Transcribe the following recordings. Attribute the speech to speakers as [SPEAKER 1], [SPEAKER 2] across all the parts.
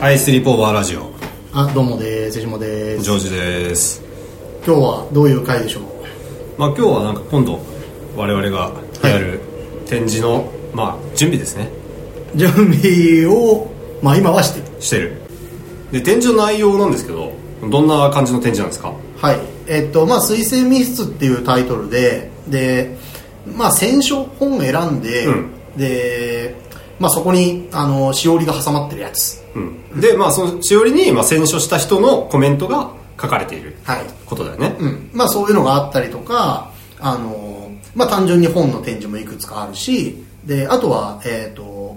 [SPEAKER 1] はい、スリーポーバーラジオ、
[SPEAKER 2] あどうもです藤本です
[SPEAKER 1] ジョージです。
[SPEAKER 2] 今日はどういう回でしょう
[SPEAKER 1] まあ、今日はなんか今度、我々がやる展示の、まあ、準備ですね、
[SPEAKER 2] 準備をまあ今はして
[SPEAKER 1] してる。で、展示の内容なんですけど、どんな感じの展示なんですか
[SPEAKER 2] はいえっとまあ「水星密室」っていうタイトルででまあ選書本を選んで、
[SPEAKER 1] うん
[SPEAKER 2] でまあそこにあのしおりが挟まってるやつ
[SPEAKER 1] うん。で、まあ、そのしおりに、まあ、選書した人のコメントが書かれている
[SPEAKER 2] はい
[SPEAKER 1] ことだよね。
[SPEAKER 2] うんまあそういうのがあったりとかあのまあ単純に本の展示もいくつかあるしであとはえっ、と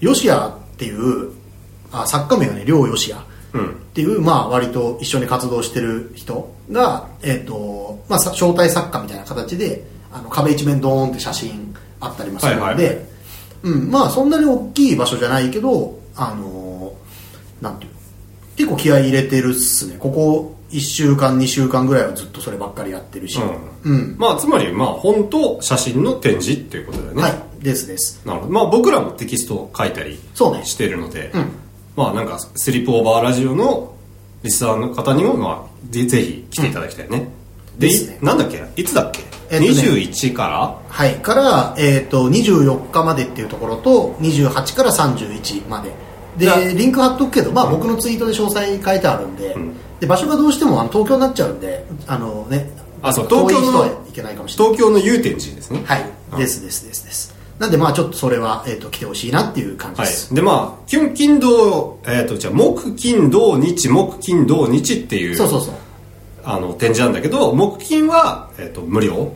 [SPEAKER 2] ヨシアっていうあ作家名がね両ヨシア
[SPEAKER 1] うん。
[SPEAKER 2] っていう、まあ、割と一緒に活動してる人が、えっとまあ、さ招待作家みたいな形であの壁一面ドーンって写真あったりもするので、
[SPEAKER 1] はいはい
[SPEAKER 2] うんまあ、そんなに大きい場所じゃないけど、あのーなんていうの結構気合い入れてるっすねここ1週間2週間ぐらいはずっとそればっかりやってるし、
[SPEAKER 1] うん。まあ、つまり、まあ、本と写真の展示っていうことだよね。
[SPEAKER 2] はいですです
[SPEAKER 1] なるほど。まあ、僕らもテキストを書いたり
[SPEAKER 2] そうね
[SPEAKER 1] してるので、
[SPEAKER 2] うん
[SPEAKER 1] まあ、なんか、スリップオーバーラジオのリスナーの方にも、まあ、ぜぜひ来ていただきたいね。で、
[SPEAKER 2] ですね
[SPEAKER 1] いなんだっけいつだっけ、
[SPEAKER 2] えっとね
[SPEAKER 1] ?21 から
[SPEAKER 2] はい、から、えー、と24日までっていうところと28から31まで
[SPEAKER 1] じゃあ
[SPEAKER 2] でリンク貼っとくけど、まあ、僕のツイートで詳細書いてあるんで,、
[SPEAKER 1] ん
[SPEAKER 2] で場所がどうしてもあの東京になっちゃうんであの、ね、
[SPEAKER 1] あそう
[SPEAKER 2] 遠い
[SPEAKER 1] 東京
[SPEAKER 2] 人
[SPEAKER 1] の
[SPEAKER 2] は行けないかもしれない
[SPEAKER 1] 東京の祐天寺ですね。
[SPEAKER 2] はい、
[SPEAKER 1] うん
[SPEAKER 2] ですですですですなんでまあちょっとそれは、えー、と来てほしいなっていう感じ
[SPEAKER 1] は
[SPEAKER 2] です、
[SPEAKER 1] い。で、まあ、金、金、土、えっ、と、じゃあ木、金、土、日、木、金、土、日っていう、
[SPEAKER 2] そうそうそう
[SPEAKER 1] あの、展示なんだけど、木、金は、えっ、と、無料、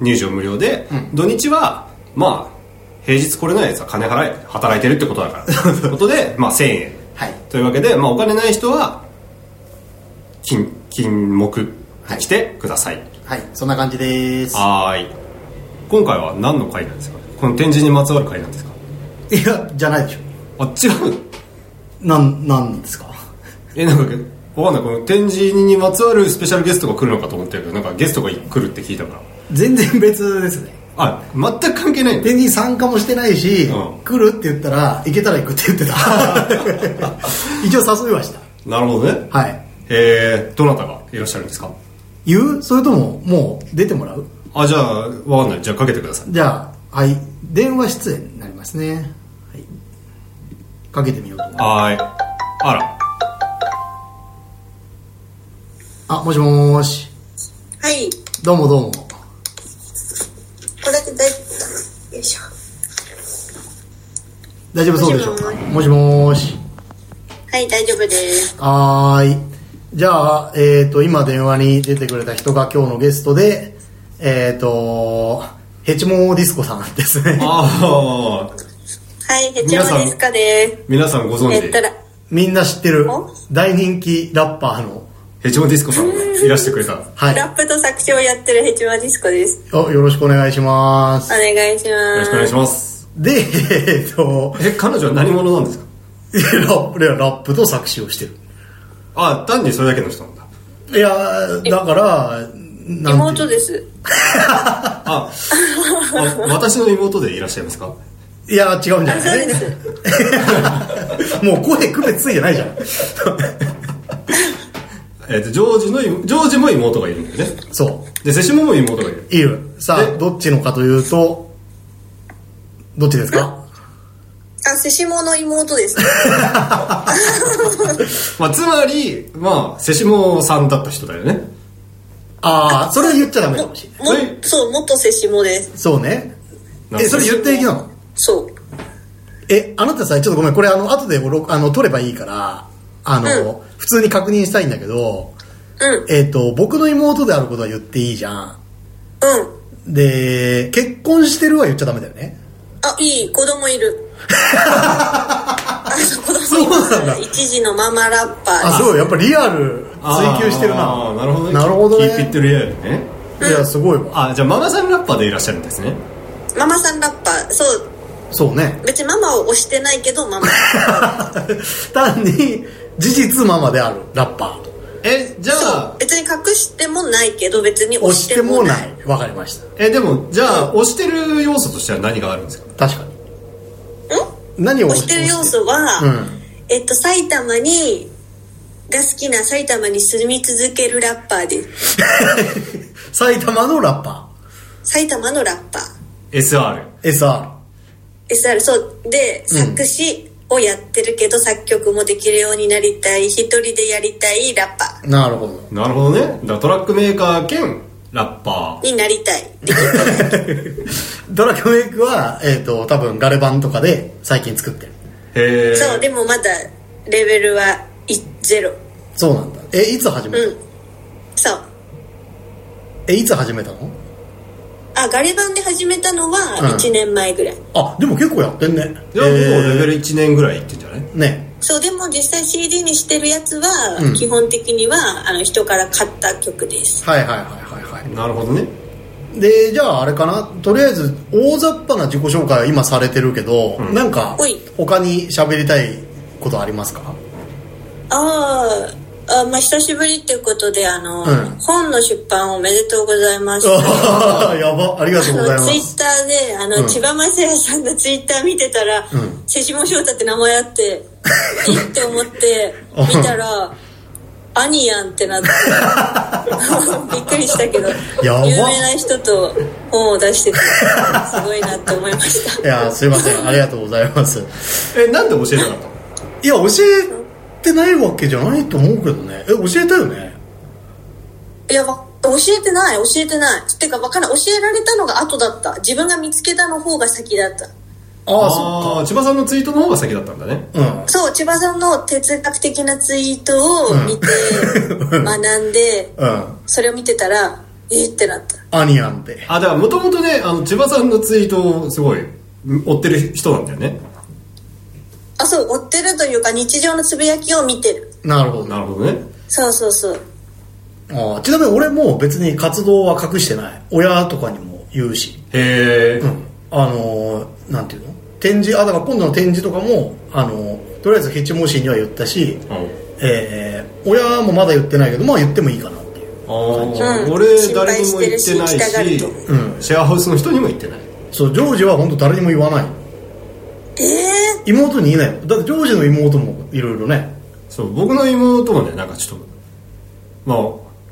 [SPEAKER 1] 入場無料で、土日は、まあ、平日来れないやつは金払え、働いてるってことだから。ということで、まあ、1000円。
[SPEAKER 2] はい
[SPEAKER 1] というわけで、まあ、お金ない人は、金、金、木、来てください。
[SPEAKER 2] はいそんな感じです
[SPEAKER 1] はーい。今回は何の回なんですかこの展示にまつわる回なんですか
[SPEAKER 2] いやじゃないでしょ
[SPEAKER 1] あ、違う
[SPEAKER 2] なんなんですか
[SPEAKER 1] えなんかわかんないこの展示にまつわるスペシャルゲストが来るのかと思ってるけどなんかゲストが来るって聞いたから
[SPEAKER 2] 全然別ですね
[SPEAKER 1] あ全く関係ないんだ
[SPEAKER 2] 展示参加もしてないし、
[SPEAKER 1] うん
[SPEAKER 2] 来るって言ったら行けたら行くって言ってた 一応誘いました
[SPEAKER 1] なるほどね
[SPEAKER 2] はい
[SPEAKER 1] えー、どなたがいらっしゃるんですか
[SPEAKER 2] 言うそれとももう出てもらう
[SPEAKER 1] あじゃあわかんないじゃあかけてください
[SPEAKER 2] じゃあはい電話出演になりますね、はい、かけてみようと思います
[SPEAKER 1] はーいあら
[SPEAKER 2] あもしもーし
[SPEAKER 3] はい、
[SPEAKER 2] どうもどうも
[SPEAKER 3] これで大丈夫かな。よいしょ。
[SPEAKER 2] 大丈夫そうでしょうかもしもーし
[SPEAKER 3] はい、大丈夫です。
[SPEAKER 2] はーいじゃあえっ、ー、と今電話に出てくれた人が今日のゲストでえっ、ー、とヘチモディスコさんですね
[SPEAKER 1] ああ
[SPEAKER 3] はい、ヘチマですかで
[SPEAKER 1] 皆さんご存
[SPEAKER 3] す。え
[SPEAKER 1] 知
[SPEAKER 3] っとら、
[SPEAKER 2] みんな知ってる
[SPEAKER 3] お
[SPEAKER 2] 大人気ラッパーの、
[SPEAKER 1] ヘチモディスコさんがいらしてくれた
[SPEAKER 2] はい、
[SPEAKER 3] ラップと作詞をやってるヘチマディスコです。
[SPEAKER 2] およろしくお願いしま
[SPEAKER 3] お
[SPEAKER 2] す。
[SPEAKER 3] 願いし
[SPEAKER 1] よ
[SPEAKER 3] ま
[SPEAKER 1] ろし
[SPEAKER 3] す。
[SPEAKER 1] くお願いします
[SPEAKER 2] で、えっと、
[SPEAKER 1] え彼女は何者なんですか
[SPEAKER 2] ラップ、いやラップと作詞をしてる。
[SPEAKER 1] あ単にそれだけの人なんだ
[SPEAKER 2] いやー、だから、なんてい
[SPEAKER 3] 妹
[SPEAKER 2] う
[SPEAKER 3] です。
[SPEAKER 1] ああ私の妹でいらっしゃいますか
[SPEAKER 2] いやー、違うんじゃ
[SPEAKER 3] そう
[SPEAKER 2] ない
[SPEAKER 3] で す。
[SPEAKER 2] もう声区別ついてないじゃん。
[SPEAKER 1] えっとジョージの妹ジョージも妹がいるんだよね
[SPEAKER 2] そ
[SPEAKER 1] でセシモも妹がいる
[SPEAKER 2] う。いいよ。さあ、
[SPEAKER 1] え
[SPEAKER 2] どっちのかというと、どっちですか
[SPEAKER 3] あ、セシモの妹です。
[SPEAKER 1] まあ、つまり、まあ、セシモさんだった人だよね。
[SPEAKER 2] あー、それは言っちゃダメかもしれない。
[SPEAKER 3] も、そう、元セシモです。
[SPEAKER 2] そうね。
[SPEAKER 1] な
[SPEAKER 2] え、それ言っていきなの
[SPEAKER 3] そう。
[SPEAKER 2] え、あなたさ、ちょっとごめん、これあの、後でおろあの、取ればいいから、あの、普通に確認したいんだけど、
[SPEAKER 3] うん、
[SPEAKER 2] えっ、と、僕の妹であることは言っていいじゃん。
[SPEAKER 3] うん。
[SPEAKER 2] で、結婚してるは言っちゃダメだよね。
[SPEAKER 3] あ、いい、子供いる。あ子供い
[SPEAKER 2] そうなんだ
[SPEAKER 3] ます。一児のママラッパー
[SPEAKER 2] あ、
[SPEAKER 3] です。
[SPEAKER 2] そう、やっぱリアル追求してる
[SPEAKER 1] あ
[SPEAKER 2] な
[SPEAKER 1] ー。なるほどね。
[SPEAKER 2] なるほどね
[SPEAKER 1] キーピットリアルね。
[SPEAKER 2] いや、すごいわ。
[SPEAKER 1] あ、じゃあ、ママさんラッパーでいらっしゃるんですね。
[SPEAKER 3] ママさんラッパー。そう、
[SPEAKER 2] そ うね。
[SPEAKER 3] 別にママを押してないけど、ママ。
[SPEAKER 2] 単に、事実ママである、ラッパー。
[SPEAKER 1] え、じゃ
[SPEAKER 3] そう
[SPEAKER 1] あ、
[SPEAKER 3] 別に隠してもないけど別に押
[SPEAKER 2] 押
[SPEAKER 3] し
[SPEAKER 2] してて
[SPEAKER 3] も
[SPEAKER 2] も
[SPEAKER 3] ない
[SPEAKER 2] ない。わかりました。
[SPEAKER 1] え、でも、じゃあ、押してる要素としては何があるんですか
[SPEAKER 2] 確かに。
[SPEAKER 3] ん
[SPEAKER 2] 何を
[SPEAKER 3] 押してる要素は、
[SPEAKER 2] うん
[SPEAKER 3] えっと、埼玉に、が好きな埼玉に住み続けるラッパーです。
[SPEAKER 2] 埼玉のラッパ
[SPEAKER 3] 埼玉のラッパー。
[SPEAKER 1] SR
[SPEAKER 2] ー SR
[SPEAKER 3] SR、そう。で、作詞をやってるけど、作曲もできるようになりたい、一人でやりたいラッパ
[SPEAKER 2] なるほど
[SPEAKER 1] なるほどねだからトラックメーカー兼ラッパ
[SPEAKER 3] ーになりたい。
[SPEAKER 2] ドラクメイクは、えっと多分ガレ版とかで最近作ってる
[SPEAKER 1] ーへえ
[SPEAKER 3] そう、でもまだ、レベルは1ゼロ。
[SPEAKER 2] そうなんだえいつ始めた、
[SPEAKER 3] うん。そう。
[SPEAKER 2] えいつ始めたの
[SPEAKER 3] あ、ガレ版で始めたの
[SPEAKER 2] うん
[SPEAKER 3] は1年前ぐらい。
[SPEAKER 2] あでも結構やってんね
[SPEAKER 1] じゃあもうレベ
[SPEAKER 2] え
[SPEAKER 1] ル1年ぐらいいってんじゃない
[SPEAKER 2] ーね
[SPEAKER 3] そう、でも実際 CD にしてるやつは、
[SPEAKER 2] うん
[SPEAKER 3] 基本的には、あの、人から買った曲です。
[SPEAKER 2] はいはいはいはいは
[SPEAKER 1] なるほどね
[SPEAKER 2] いでじゃああれかなとりあえず大雑把な自己紹介は今されてるけど、
[SPEAKER 1] ん
[SPEAKER 2] なんか
[SPEAKER 3] ほい
[SPEAKER 2] 他に喋りたいことありますか
[SPEAKER 3] あーあ、まあ、久しぶりっていうことで、あの、
[SPEAKER 2] うん
[SPEAKER 3] 本の出版 おめでとうございます。
[SPEAKER 2] あー やばありがとうございま
[SPEAKER 3] ツイ
[SPEAKER 2] す
[SPEAKER 3] ッターで、あの、
[SPEAKER 2] うん
[SPEAKER 3] 千葉正也さんのツイッター見てたら、
[SPEAKER 2] うん
[SPEAKER 3] 瀬下翔太って名前あ って、いいって思って、見たら、兄やんって なって、びっくりしたけど、
[SPEAKER 2] やば
[SPEAKER 3] 有名な人と本を出してて、すごいなって思いまし
[SPEAKER 2] いやーすいませんありがとうございます
[SPEAKER 1] えなんで教えなかったの
[SPEAKER 2] いや教えてないわけじゃないと思うけどねえ教えたよね
[SPEAKER 3] た。いや、わ教えてない、教えてない。てか、わからん、教えられたのが後だった。自分が見つけたの方が先だった。
[SPEAKER 2] ああそっか
[SPEAKER 1] ああ千葉さんのツイートの方が先だったんだね
[SPEAKER 2] うん
[SPEAKER 3] そう、千葉さんの哲学的なツイートを見て、学んで、
[SPEAKER 2] うん
[SPEAKER 3] それを見てたらえー、ってなった
[SPEAKER 2] アニアンって
[SPEAKER 1] あだからもともとねあの千葉さんのツイートをすごい追ってる人なんだよね
[SPEAKER 3] あそう追ってるというか日常のつぶやきを見てる
[SPEAKER 2] なるほど
[SPEAKER 1] なるほどね
[SPEAKER 3] そうそうそう
[SPEAKER 2] ああちなみに俺も別に活動は隠してない親とかにも言うし、
[SPEAKER 1] へえ、
[SPEAKER 2] うん、あのーなんていうの展示あだから今度の展示とかも、あのーとりあえずヘッチモーシーには言ったし、えー親もまだ言ってないけどまあ言ってもいいかなっていう
[SPEAKER 1] あー
[SPEAKER 3] うん
[SPEAKER 1] 俺誰にも言ってないし
[SPEAKER 3] 心配してるし行き
[SPEAKER 2] うん
[SPEAKER 1] シェアハウスの人にも言ってない
[SPEAKER 2] そうジョージは本当誰にも言わない
[SPEAKER 3] ええ
[SPEAKER 2] 妹に言いないよだってジョージの妹もいろいろね
[SPEAKER 1] そう僕の妹もねなんかちょっとまあ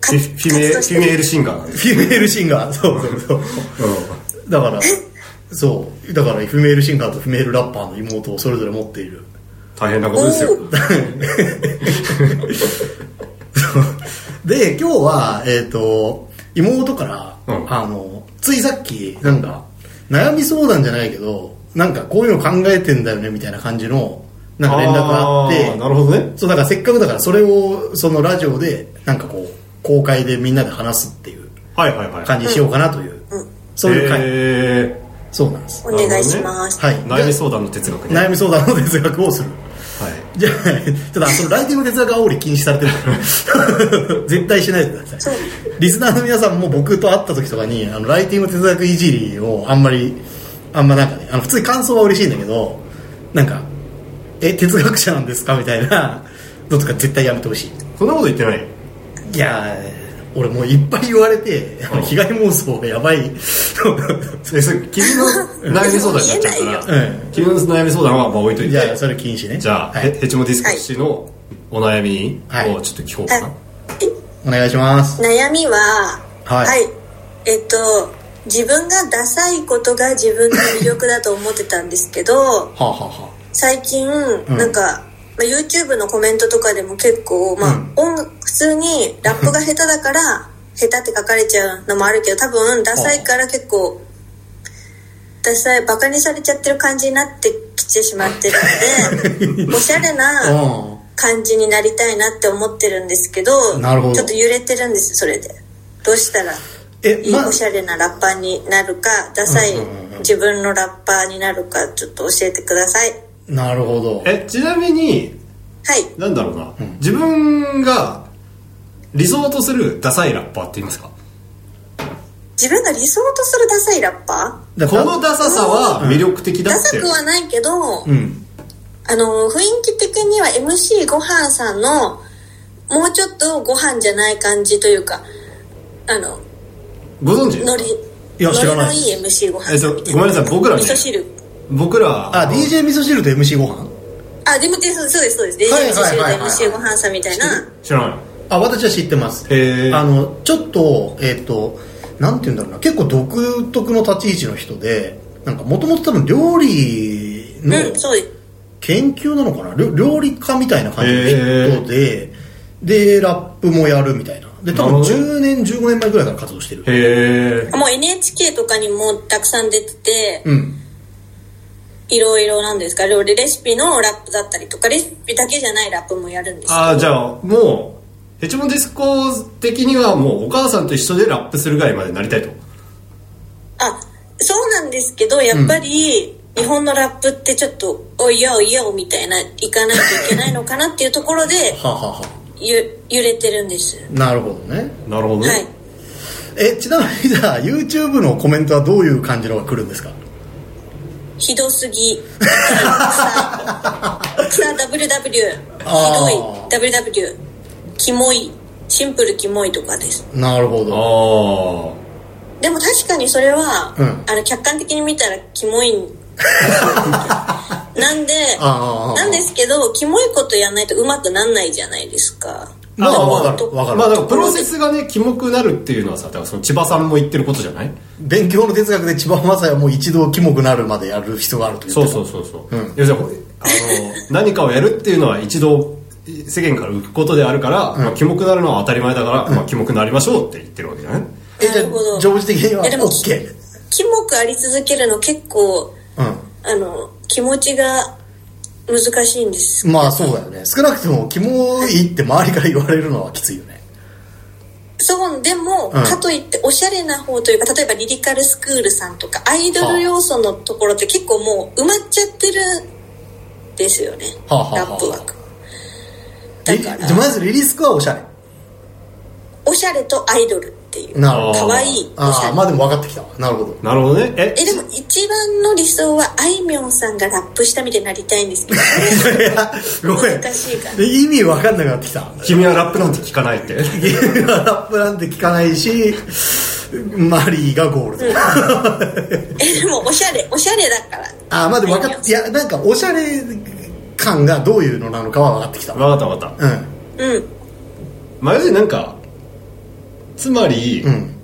[SPEAKER 1] フ
[SPEAKER 3] か
[SPEAKER 1] ィフィメーフ
[SPEAKER 3] 活動して
[SPEAKER 1] ィ
[SPEAKER 3] る
[SPEAKER 1] メールシンガーなんです
[SPEAKER 2] フィメールシンガーそうそうそう
[SPEAKER 1] けど、
[SPEAKER 2] だからそうだからフィメールシンガーとフィメールラッパーの妹をそれぞれ持っている
[SPEAKER 1] 大変なことですよ
[SPEAKER 3] お
[SPEAKER 2] で今日はえっ、と妹から、
[SPEAKER 1] うん
[SPEAKER 2] あのついさっきなんか悩み相談じゃないけどなんかこういうの考えてんだよねみたいな感じのなんか 連絡があっ
[SPEAKER 1] ー
[SPEAKER 2] て
[SPEAKER 1] なるほどね
[SPEAKER 2] そうだからせっかくだからそれをそのラジオでなんかこう公開でみんなで話すっていう
[SPEAKER 1] はいはいはい
[SPEAKER 2] 感じにしようかなという、
[SPEAKER 3] うん
[SPEAKER 2] そういう回、
[SPEAKER 1] へ
[SPEAKER 2] そうなんです
[SPEAKER 3] お願いします、
[SPEAKER 2] はい
[SPEAKER 1] ー悩み相談の哲学ね、
[SPEAKER 2] 悩み相談の哲学をする
[SPEAKER 1] はい、
[SPEAKER 2] じゃあちょっとあそのライティング哲学煽り禁止されてるから 絶対しないでください
[SPEAKER 3] そう
[SPEAKER 2] リスナーの皆さんも僕と会った時とかにあのライティング哲学いじりをあんまりあんまなんかねあの普通に感想は嬉しいんだけどなんか「え哲学者なんですか?」みたいなのとか絶対やめてほしい
[SPEAKER 1] そんなこと言ってない
[SPEAKER 2] いやー俺もういっぱい言われてあの
[SPEAKER 1] うん
[SPEAKER 2] 被害妄想がやばい うん
[SPEAKER 1] えそれ君の悩み相談になっちゃうから、君の悩み相談はまあ置いとい
[SPEAKER 2] い
[SPEAKER 1] て
[SPEAKER 2] やいやそれ禁止ね
[SPEAKER 1] じゃあ、
[SPEAKER 2] は
[SPEAKER 1] ヘ
[SPEAKER 2] い、
[SPEAKER 1] ヘチモディスコ氏のお悩みをちょっと聞こうかな、
[SPEAKER 3] はい
[SPEAKER 2] お願いします
[SPEAKER 3] 悩みは
[SPEAKER 2] はい
[SPEAKER 3] えっと自分がダサいことが自分の魅力だと思ってたんですけど
[SPEAKER 2] はあ、はあは
[SPEAKER 3] 最近、
[SPEAKER 2] ん
[SPEAKER 3] なんか、まあ、YouTube のコメントとかでも結構、まあ
[SPEAKER 2] うん
[SPEAKER 3] 音楽普通にラップが下手だから 下手って書かれちゃうのもあるけど多分ダサいから結構ダサいバカにされちゃってる感じになってきてしまってるの でおしゃれ
[SPEAKER 2] あ
[SPEAKER 3] な
[SPEAKER 2] うん
[SPEAKER 3] 感じになりたいなって思ってるんですけど
[SPEAKER 2] なるほど
[SPEAKER 3] ちょっと揺れてるんですそれでどうしたら
[SPEAKER 2] え
[SPEAKER 3] いい
[SPEAKER 2] ま
[SPEAKER 3] おしゃれなラッパーになるかダサい
[SPEAKER 2] うんうんうんうん
[SPEAKER 3] 自分のラッパーになるかちょっと教えてください
[SPEAKER 2] なるほど
[SPEAKER 1] えちなみに
[SPEAKER 3] はい
[SPEAKER 1] なんだろうな、自分が理想とするダサいラッパーって言いますか
[SPEAKER 3] 自分が理想とするダサいラッパ
[SPEAKER 2] だ
[SPEAKER 1] このダサさは魅力的
[SPEAKER 3] ー
[SPEAKER 1] だ
[SPEAKER 3] ダ
[SPEAKER 1] って
[SPEAKER 3] サくはないけど、
[SPEAKER 2] うん
[SPEAKER 3] あの雰囲気的には MC ごはんさんのもうちょっとご飯じゃない感じというかあの
[SPEAKER 1] ご存知
[SPEAKER 3] ノリ
[SPEAKER 2] いや知らない
[SPEAKER 3] ノリのいい MC ごはんさんみた
[SPEAKER 1] えっと
[SPEAKER 3] いな
[SPEAKER 1] ごめんなさい僕らね
[SPEAKER 3] 味噌汁
[SPEAKER 1] 僕ら
[SPEAKER 2] あ DJ 味噌汁と MC ご飯
[SPEAKER 3] ああ、デモテそうです、そうです。デジ
[SPEAKER 2] はいはい
[SPEAKER 3] ェンシ
[SPEAKER 2] はい
[SPEAKER 3] で
[SPEAKER 2] はい
[SPEAKER 3] 25半差みたいな。
[SPEAKER 1] 知らないの
[SPEAKER 2] あ私は知ってます
[SPEAKER 1] へー
[SPEAKER 2] あのちょっとえっ、となんて言うんだろうな結構独特の立ち位置の人でなんかもともと多分料理の
[SPEAKER 3] うん、そうです。
[SPEAKER 2] 研究なのかな料料理家みたいな感じの人ででラップもやるみたいなで多分
[SPEAKER 1] なるほ
[SPEAKER 2] 10年15年前ぐらいから活動してる
[SPEAKER 1] へえ
[SPEAKER 3] もう NHK とかにもたくさん出てて、
[SPEAKER 2] うん
[SPEAKER 3] いろいろなんですか、料理レシピのラップだったりとか、レシピだけじゃないラップもやるんですよ
[SPEAKER 1] ああじゃあもうヘチモンディスコ的にはもうお母さんと一緒でラップするぐらいまでなりたいと
[SPEAKER 3] あ、そうなんですけど、やっぱり、日本のラップってちょっと、おいやおいやおみたいな、いかないといけないのかなっていうところで、
[SPEAKER 2] はあ、はあは
[SPEAKER 3] ゆ揺れてるんです。
[SPEAKER 2] あ、なるほどね
[SPEAKER 1] なるほどね、
[SPEAKER 3] はい。
[SPEAKER 2] えちなみにじゃあ YouTube のコメントはどういう感じのが来るんですか
[SPEAKER 3] ひどすぎ。さあ、さあ WW。
[SPEAKER 2] あ
[SPEAKER 3] ひどい。WW。キモい。シンプルキモいとかです。
[SPEAKER 2] なるほど
[SPEAKER 1] あ
[SPEAKER 3] でも確かにそれは、
[SPEAKER 2] うん
[SPEAKER 3] あの、客観的に見たらキモい。 なんで、
[SPEAKER 2] あー
[SPEAKER 3] なんですけど、キモいことやらないとうまくなんないじゃないですか。
[SPEAKER 2] まあわか
[SPEAKER 3] と
[SPEAKER 2] るわか
[SPEAKER 1] あ
[SPEAKER 2] る、
[SPEAKER 1] まあだからプロセスがねキモくなるっていうのはさだからその千葉さんも言ってることじゃない
[SPEAKER 2] 勉強の哲学で千葉雅也はもう一度キモくなるまでやる必要があるという
[SPEAKER 1] そうそううそうそう、
[SPEAKER 2] うん
[SPEAKER 1] 要するにあの何かをやるっていうのは一度世間から浮くことであるから、まあ、キモくなるのは当たり前だから、まあ、キモくなりましょうって言ってるわけじゃない、
[SPEAKER 2] えじゃ
[SPEAKER 3] なるほど
[SPEAKER 2] あ常時的にはい
[SPEAKER 3] やでも
[SPEAKER 2] OK
[SPEAKER 3] キモくあり続けるの結構、
[SPEAKER 2] う
[SPEAKER 3] あの、気持ちが難しいんです。
[SPEAKER 2] んまあそうだよね少なくともキモいって周りから言われるのはきついよね
[SPEAKER 3] そう、でも、
[SPEAKER 2] うん
[SPEAKER 3] かといっておしゃれな方というか、例えばリリカルスクールさんとか、アイドル要素のところって結構もう埋まっちゃってるんですよね。
[SPEAKER 2] はあはあはあ
[SPEAKER 3] ラップ枠。
[SPEAKER 2] え
[SPEAKER 3] だ
[SPEAKER 2] じ
[SPEAKER 3] か
[SPEAKER 2] ゃ
[SPEAKER 3] ら
[SPEAKER 2] あまずリリスクはおしゃれ
[SPEAKER 3] おしゃれとアイドルっていう。
[SPEAKER 2] なるほど
[SPEAKER 3] かわいい。おし
[SPEAKER 2] あ
[SPEAKER 3] ゃ
[SPEAKER 2] あ
[SPEAKER 3] れ
[SPEAKER 2] まあでも分かってきたわなるほど
[SPEAKER 1] なるほどねえ
[SPEAKER 3] え、でも一番の理想は、あいみょんさんがラップしたみたいになりたいんです けど、
[SPEAKER 2] いやごめん
[SPEAKER 3] 難しいから
[SPEAKER 2] で意味分かんなくなってきた
[SPEAKER 1] 君はラップなんて聞かないって
[SPEAKER 2] ラップなんて聞かないしマリーがゴールド、
[SPEAKER 3] え、でもおしゃれ、おしゃれだから。
[SPEAKER 2] あまあでも分か
[SPEAKER 3] あいみょん
[SPEAKER 2] っ
[SPEAKER 3] さ
[SPEAKER 2] いやなんかおしゃれ感がどういうのなのかは分かってきたわ
[SPEAKER 1] わかったわかった、
[SPEAKER 2] うん
[SPEAKER 3] うん。
[SPEAKER 1] まあ、要するになんかつまり、
[SPEAKER 2] うん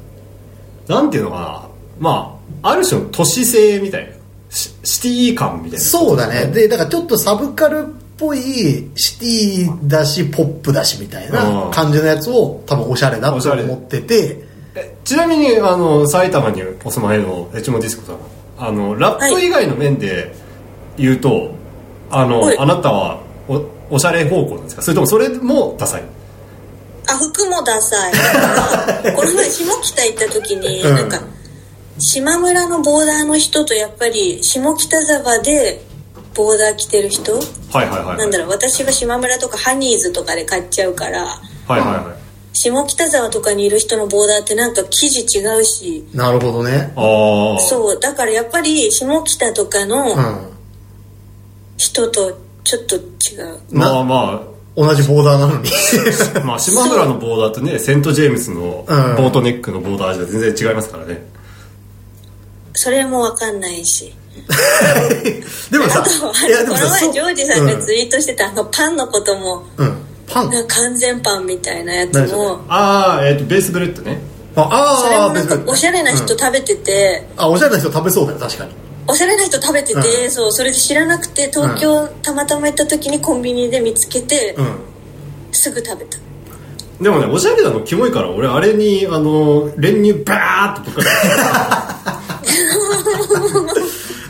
[SPEAKER 1] なんていうのかなまあある種の都市性みたいなシシティ感みたいな
[SPEAKER 2] そうだねでだからちょっとサブカルっぽいシティだしポップだしみたい
[SPEAKER 1] うん
[SPEAKER 2] な感じのやつを多分おしゃれだと思ってて
[SPEAKER 1] えちなみにあの埼玉にお住まいのエチモディスコさんあのラップ以外の面で言うと、あの
[SPEAKER 3] はい
[SPEAKER 1] あなたはおおしゃれ方向なんですかそれともそれもダサい
[SPEAKER 3] あ、服もダサい。 なんかこの前、下北行った時に、
[SPEAKER 2] うん
[SPEAKER 3] なんか、島村のボーダーの人と、やっぱり、下北沢で、ボーダー着てる人
[SPEAKER 1] はいはいはい
[SPEAKER 3] なんだろう、私は島村とかハニーズとかで買っちゃうから、
[SPEAKER 1] はいはいはい
[SPEAKER 3] 下北沢とかにいる人のボーダーってなんか生地違うし、
[SPEAKER 2] なるほどね
[SPEAKER 1] ああ
[SPEAKER 3] そう、だからやっぱり、下北とか
[SPEAKER 2] う
[SPEAKER 3] の
[SPEAKER 2] ん
[SPEAKER 3] 人とちょっと違う。
[SPEAKER 1] まあま
[SPEAKER 2] 同じボーダーなのに
[SPEAKER 1] あまあ島村のボーダーとねセントジェームスのボ
[SPEAKER 2] うん
[SPEAKER 1] ートネックのボーダー味は全然違いますからね、
[SPEAKER 3] それもわかんな いし。
[SPEAKER 2] でも
[SPEAKER 3] あ
[SPEAKER 2] さ
[SPEAKER 3] と、あ
[SPEAKER 2] い
[SPEAKER 3] れ
[SPEAKER 2] やで
[SPEAKER 3] こ
[SPEAKER 2] も
[SPEAKER 3] の
[SPEAKER 2] さ
[SPEAKER 3] 前、
[SPEAKER 2] そう
[SPEAKER 3] ジョージさんが
[SPEAKER 2] うん
[SPEAKER 3] ツイートしてた、あの、パンのことも、
[SPEAKER 2] うんパン
[SPEAKER 3] なんか完全パンみたいなやつ
[SPEAKER 2] 何それ
[SPEAKER 3] も
[SPEAKER 1] ああえっ、とベースブレッドね
[SPEAKER 2] あ
[SPEAKER 3] それ
[SPEAKER 2] あ
[SPEAKER 3] も
[SPEAKER 2] ー別
[SPEAKER 3] なん
[SPEAKER 2] 々
[SPEAKER 3] かおしゃれな人食べてて、
[SPEAKER 2] あおしゃれな人食べそうだよ確かに
[SPEAKER 3] おしゃれな人食べてて、そうそれで知らなくて東京たまたま行った時にコンビニで見つけて、
[SPEAKER 2] うん
[SPEAKER 3] すぐ食べた
[SPEAKER 1] でもねおしゃれなのキモいから俺あれにあの練乳バーっとぶっかけて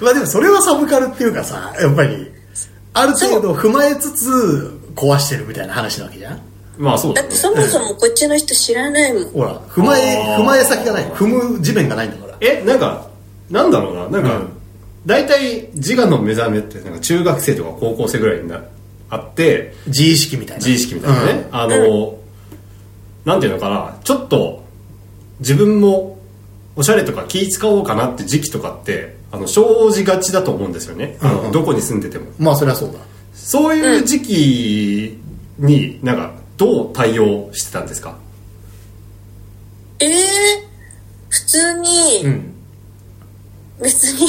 [SPEAKER 2] まあでもそれはサブカルっていうかさやっぱりある程度踏まえつつ壊してるみたいな話なわけじゃん
[SPEAKER 1] まあそう
[SPEAKER 3] だ
[SPEAKER 1] だ、
[SPEAKER 3] っ
[SPEAKER 1] ね
[SPEAKER 3] て、そもそもこっちの人知らないもん
[SPEAKER 2] ほら踏まえ
[SPEAKER 1] あー
[SPEAKER 2] 踏まえ先がない踏む地面がないんだから
[SPEAKER 1] えなんかなんだろうななんか、
[SPEAKER 2] うん
[SPEAKER 1] 大体自我の目覚めってなんか中学生とか高校生ぐらいになあって
[SPEAKER 2] 自意識みたいな
[SPEAKER 1] 自意識みたいなね、あの、なんていうのかなちょっと自分もおしゃれとか気使おうかなって時期とかってあの生じがちだと思うんですよね、あの
[SPEAKER 2] うんうん
[SPEAKER 1] どこに住んでても
[SPEAKER 2] うんまあそりゃそうだ
[SPEAKER 1] そういう時期になんかどう対応してたんですか、
[SPEAKER 3] えー、普通に、
[SPEAKER 2] うん
[SPEAKER 3] 別に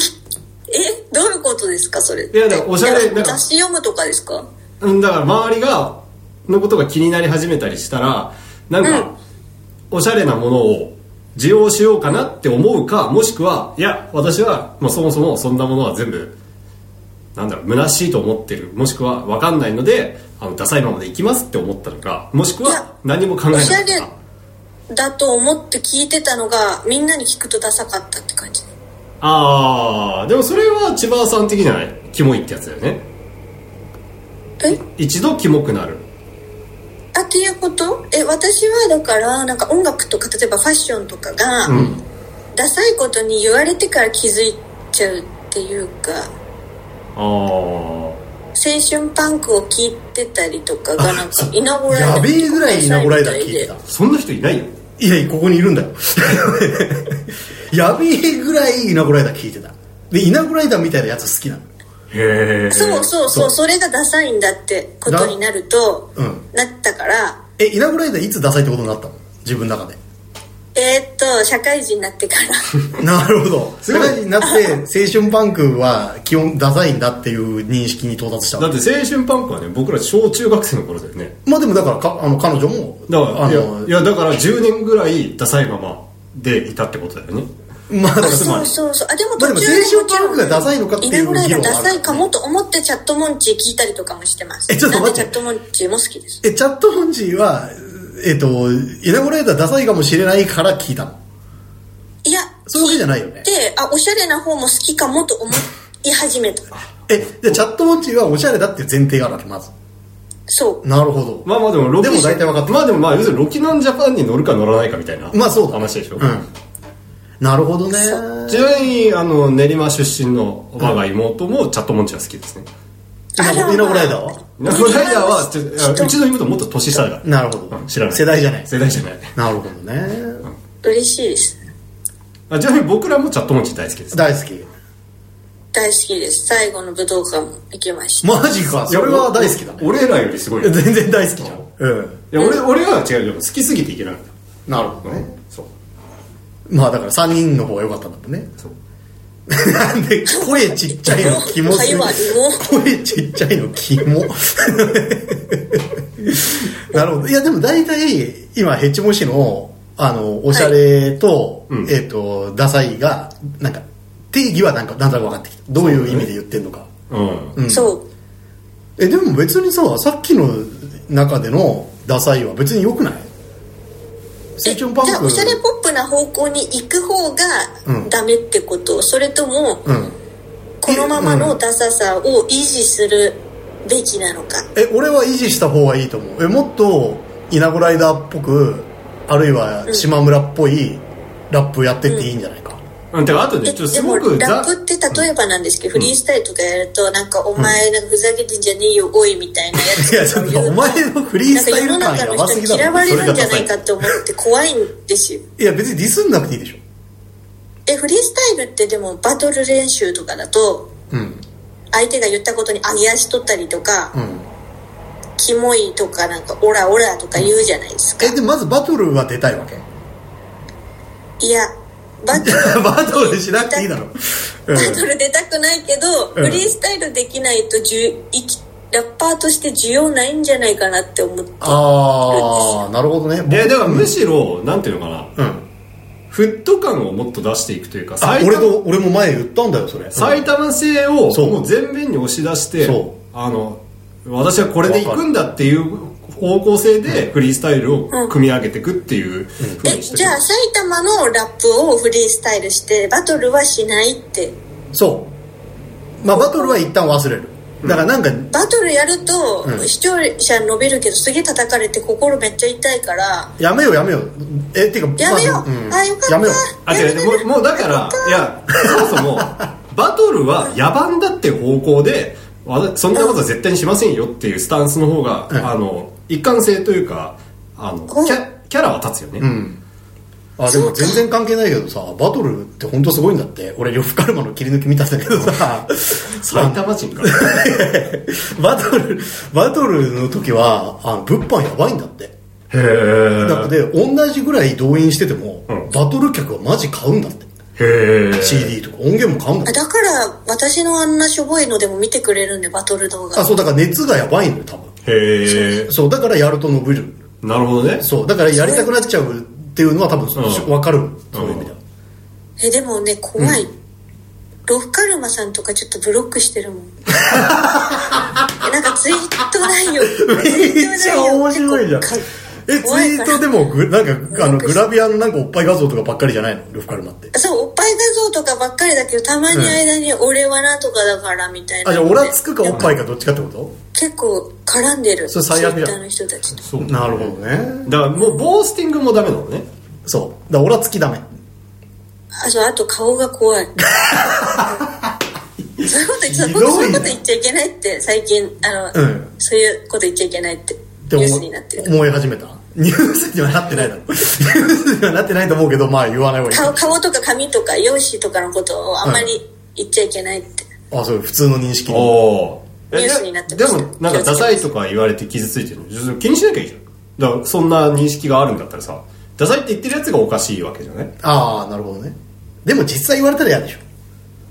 [SPEAKER 3] えどういうことですかそれ
[SPEAKER 1] いやだからおしゃれ
[SPEAKER 3] いや
[SPEAKER 1] なんか
[SPEAKER 3] 雑誌読むとかですか
[SPEAKER 1] うんだから周りがのことが気になり始めたりしたらなんか、おしゃれなものを需要しようかなって思うかもしくはいや私は、まあ、そもそもそんなものは全部なんだろう虚しいと思ってるもしくは分かんないのであのダサいままでいきますって思ったのかもしく
[SPEAKER 3] い
[SPEAKER 1] は
[SPEAKER 3] や
[SPEAKER 1] 何も考えなかっ
[SPEAKER 3] おしたゃれだと思って聞いてたのがみんなに聞くとダサかったって感じ
[SPEAKER 1] ああでもそれは千葉さん的じゃないキモいってやつだよね
[SPEAKER 3] え
[SPEAKER 1] 一度キモくなる
[SPEAKER 3] あっていうことえ私はだからなんか音楽とか例えばファッションとかが、
[SPEAKER 1] ん
[SPEAKER 3] ダサいことに言われてから気づいちゃうっていうか
[SPEAKER 1] ああ
[SPEAKER 3] 青春パンクを聞いてたりとかがなんかイナゴライダー
[SPEAKER 2] やべえぐらいイナゴライダー聞いてた
[SPEAKER 1] そんな人いないよ
[SPEAKER 2] いやここにいるんだよ やべえぐらいイナゴライダー聞いてたでイナゴライダーみたいなやつ好きなの
[SPEAKER 1] へえ
[SPEAKER 3] そうそ
[SPEAKER 2] そ
[SPEAKER 3] うそううそれがダサいんだってことになると
[SPEAKER 2] だうん
[SPEAKER 3] なったから
[SPEAKER 2] えイナゴライダーいつダサいってことになったの自分の中で
[SPEAKER 3] えーっと社会人になってから
[SPEAKER 2] なるほど
[SPEAKER 1] す
[SPEAKER 2] そ
[SPEAKER 1] ごい
[SPEAKER 2] れになって青春パンクは基本ダサいんだっていう認識に到達した
[SPEAKER 1] だ
[SPEAKER 2] の
[SPEAKER 1] って青春パンクはね僕ら小中学生の頃だよね
[SPEAKER 2] まあでもだからかあの彼女も
[SPEAKER 1] だから
[SPEAKER 2] あ
[SPEAKER 1] いや
[SPEAKER 2] の
[SPEAKER 1] いやだから10年ぐらいダサいままでいたってことだよね
[SPEAKER 2] ま あだから
[SPEAKER 3] あ
[SPEAKER 2] つま
[SPEAKER 3] そう
[SPEAKER 2] り
[SPEAKER 3] そうそうあでも
[SPEAKER 2] まあ
[SPEAKER 3] 途
[SPEAKER 2] でも
[SPEAKER 3] 中で
[SPEAKER 2] 青春パンクがダサいのかっていう議
[SPEAKER 3] イナ
[SPEAKER 2] 論は
[SPEAKER 3] ゴ
[SPEAKER 2] ある
[SPEAKER 3] ライダーダサいかもと思ってチャットモンチー聞いたりとかもしてます
[SPEAKER 2] えちょっと待って
[SPEAKER 3] なんでチャットモンチーも好きです
[SPEAKER 2] えチャットモンジーはえっとイナゴライダーダサいかもしれないから聞いたの
[SPEAKER 3] いや
[SPEAKER 2] そういうわけじゃないよね
[SPEAKER 3] であおしゃれな方も好きかもと思い始めた
[SPEAKER 2] え じゃあチャットモンチーはおしゃれだっていう前提があるわけまず
[SPEAKER 3] そう
[SPEAKER 2] なるほど
[SPEAKER 1] まあまあでもロキ
[SPEAKER 2] でも大体分かった
[SPEAKER 1] まあでもまあ要するにロキナンジャパンに乗るか乗らないかみたいな
[SPEAKER 2] まあそうだ
[SPEAKER 1] 話でしょ、
[SPEAKER 2] うんなるほどね
[SPEAKER 3] そう
[SPEAKER 1] ちなみにあの練馬出身の我が妹もチャットモンチーが好きですね、
[SPEAKER 3] あらまあ
[SPEAKER 2] イナゴライダーは
[SPEAKER 1] ナゴライダーはちょいやうちの妹もっと年下だから
[SPEAKER 2] なるほど
[SPEAKER 1] うん知らない
[SPEAKER 2] 世代じゃない
[SPEAKER 1] 世代じゃない
[SPEAKER 2] なるほどね
[SPEAKER 3] 嬉しいです
[SPEAKER 1] あちなみに僕らもチャットモンチー大好きです
[SPEAKER 2] 大好き
[SPEAKER 3] 大好きです最後の武道館も行きました
[SPEAKER 2] マジかそれは大好きだね
[SPEAKER 1] 俺らよりすごいよ
[SPEAKER 2] 全
[SPEAKER 1] い
[SPEAKER 2] 然大好きじゃんうん
[SPEAKER 1] や俺俺は違うよ好きすぎていけないんだ
[SPEAKER 2] なるほどね
[SPEAKER 1] そう
[SPEAKER 2] まあだから3人の方が良かったんだもんね
[SPEAKER 1] そう
[SPEAKER 2] なんで声ちっちゃいのキモすぎ
[SPEAKER 3] かゆわ芋
[SPEAKER 2] 声ちっちゃいのキモなるほどいやでも大体今ヘッチモシのあのおしゃれと,、
[SPEAKER 1] うん
[SPEAKER 2] えっとダサいがなんか定義はなんかなんとなく分かってきたどういう意味で言ってんのか、
[SPEAKER 1] うん
[SPEAKER 2] うん
[SPEAKER 3] そう
[SPEAKER 2] えでも別にささっきの中でのダサいは別に良くない
[SPEAKER 3] え
[SPEAKER 2] 青春パン
[SPEAKER 3] じゃあ
[SPEAKER 2] ク
[SPEAKER 3] おしゃれポップな方向に行く方
[SPEAKER 2] うん
[SPEAKER 3] がダメってこと、それとも
[SPEAKER 2] うん
[SPEAKER 3] このままのダサさを維持するべきなのか
[SPEAKER 2] え俺は維持した方がいいと思うえもっと稲子ライダーっぽくあるいは島村っぽいラップやってっていいんじゃないか、
[SPEAKER 1] うん、てかあとね、ち
[SPEAKER 3] え
[SPEAKER 1] ょっと
[SPEAKER 3] ですも
[SPEAKER 1] ごく
[SPEAKER 3] ラップって例えばなんですけど、フリースタイルとかやるとなんかお前なんかふざけてんじゃねえよおいみたいなやつ
[SPEAKER 2] いやちょっとお前のフリー
[SPEAKER 3] なん
[SPEAKER 2] ス
[SPEAKER 3] か
[SPEAKER 2] タイ
[SPEAKER 3] 世の
[SPEAKER 2] ル感
[SPEAKER 3] 中
[SPEAKER 2] や
[SPEAKER 3] の
[SPEAKER 2] ば
[SPEAKER 3] 人
[SPEAKER 2] すぎ
[SPEAKER 3] に
[SPEAKER 2] だ
[SPEAKER 3] 嫌
[SPEAKER 2] ろ
[SPEAKER 3] われ
[SPEAKER 2] それ
[SPEAKER 3] る
[SPEAKER 2] が
[SPEAKER 3] んじ
[SPEAKER 2] ダ
[SPEAKER 3] ゃな
[SPEAKER 2] サい
[SPEAKER 3] いかって思って怖いんですよ
[SPEAKER 2] いや別にディスんなくていいでしょ
[SPEAKER 3] えフリースタイルってでもバトル練習とかだと
[SPEAKER 2] うん
[SPEAKER 3] 相手が言ったことに上げ足取ったりとか、
[SPEAKER 2] うん
[SPEAKER 3] キモいとかなんかオラオラとか言うじゃないですか、
[SPEAKER 2] えでまずバトルは出たいわけ
[SPEAKER 3] いやバトル
[SPEAKER 2] バトルしなくていいだろ、うん
[SPEAKER 3] バトル出たくないけど、
[SPEAKER 2] うん
[SPEAKER 3] フリースタイルできないとじゅいきラッパーとして需要ないんじゃないかなって思って
[SPEAKER 2] ああなるほどね
[SPEAKER 1] えだからむしろ、なんていうのかな、
[SPEAKER 2] うん
[SPEAKER 1] フット感をもっと出していくというか、
[SPEAKER 2] あ
[SPEAKER 1] 埼
[SPEAKER 2] 俺
[SPEAKER 1] 玉
[SPEAKER 2] と俺も前言ったんだよそれ
[SPEAKER 1] 埼玉性を
[SPEAKER 2] そう
[SPEAKER 1] もう全面に押し出して
[SPEAKER 2] そ、
[SPEAKER 1] あの、私はこれで行くんだっていう方向性でフリースタイルを組み上げていくっていうふう
[SPEAKER 3] え
[SPEAKER 1] にして
[SPEAKER 3] じゃあ埼玉のラップをフリースタイルしてバトルはしないって
[SPEAKER 2] そうまあバトルは一旦忘れるだからなんか、
[SPEAKER 3] バトルやると、
[SPEAKER 2] うん
[SPEAKER 3] 視聴者伸びるけどすげえ叩かれて心めっちゃ痛いから
[SPEAKER 2] やめようやめようえっていうか
[SPEAKER 3] やめよう、
[SPEAKER 2] ま
[SPEAKER 3] あよかった
[SPEAKER 2] やめよ
[SPEAKER 1] あ、違う、もう、もうだから、いや、そもそも、バトルは野蛮だって方向で、わたそんなことは絶対にしませんよっていうスタンスの方が、
[SPEAKER 2] うん
[SPEAKER 1] あの、一貫性というか、あの、
[SPEAKER 3] うん
[SPEAKER 1] キャキャラは立つよね。
[SPEAKER 2] ううんあでも全然関係ないけどさバトルって本当すごいんだって俺呂布カルマの切り抜き見たんだけど さ
[SPEAKER 1] 埼玉人か。
[SPEAKER 2] バトルバトルの時はあの物販やばいんだって
[SPEAKER 1] へ
[SPEAKER 2] なの
[SPEAKER 1] え。
[SPEAKER 2] で同じぐらい動員してても、
[SPEAKER 1] うん
[SPEAKER 2] バトル客はマジ買うんだって
[SPEAKER 1] へえ
[SPEAKER 2] CD とか音源も買うもん
[SPEAKER 3] あだから私のあんなしょぼいのでも見てくれるんでバトル動画
[SPEAKER 2] あそうだから熱がやばいのよ多分
[SPEAKER 1] へえ
[SPEAKER 2] そうだからやると伸びる
[SPEAKER 1] なるほどね
[SPEAKER 2] そうだからやりたくなっちゃうっていうのは多分
[SPEAKER 1] ん
[SPEAKER 2] 分かるそういう意味では
[SPEAKER 3] えでもね怖い、ロフカルマさんとかちょっとブロックしてるもん えなんかツイートないよ
[SPEAKER 2] めっちゃ面白いじゃん
[SPEAKER 3] ツイートないよ
[SPEAKER 2] えツイートでもグなんかあのグラビアのなんかおっぱい画像とかばっかりじゃないの呂布カルマって
[SPEAKER 3] 結構そうおっぱい画像とかばっかりだけどたまに間に俺はなんとかだからみたいな
[SPEAKER 2] あじゃあ
[SPEAKER 3] の
[SPEAKER 2] オ
[SPEAKER 3] で
[SPEAKER 2] ラつくかおっぱいかどっちかってこと
[SPEAKER 3] 結構絡んでる
[SPEAKER 2] それ最悪
[SPEAKER 3] ツイ
[SPEAKER 2] やん
[SPEAKER 3] ッターの人たちと
[SPEAKER 1] そう
[SPEAKER 2] なるほどね
[SPEAKER 1] だからもうボースティングもダメなのね
[SPEAKER 2] そうだからオラつきダメ
[SPEAKER 3] あそうあと顔が 怖いそういうこと言っちゃ
[SPEAKER 2] ひどいな
[SPEAKER 3] 僕そういうこと言っちゃいけないって最近あの、
[SPEAKER 2] うん
[SPEAKER 3] そういうこと言っちゃいけないって
[SPEAKER 2] って
[SPEAKER 3] ニュ
[SPEAKER 2] 思
[SPEAKER 3] ースになってる
[SPEAKER 2] 思い始めたニュースにはなってない だろニュースにはなってないと思うけどまあ言わない方がい
[SPEAKER 3] 顔顔とか髪とか容姿とかのことをあんまり言っちゃいけないって、
[SPEAKER 2] いあそう普通の認識
[SPEAKER 1] お
[SPEAKER 2] に
[SPEAKER 1] おーえ
[SPEAKER 3] ニュースになってま
[SPEAKER 1] で
[SPEAKER 3] した
[SPEAKER 1] もなんかダサいとか言われて傷ついてるの気にしなきゃいいじゃんだからそんな認識があるんだったらさダサいって言ってるやつがおかしいわけじゃない
[SPEAKER 2] ああなるほどねでも実際言われたら嫌でしょ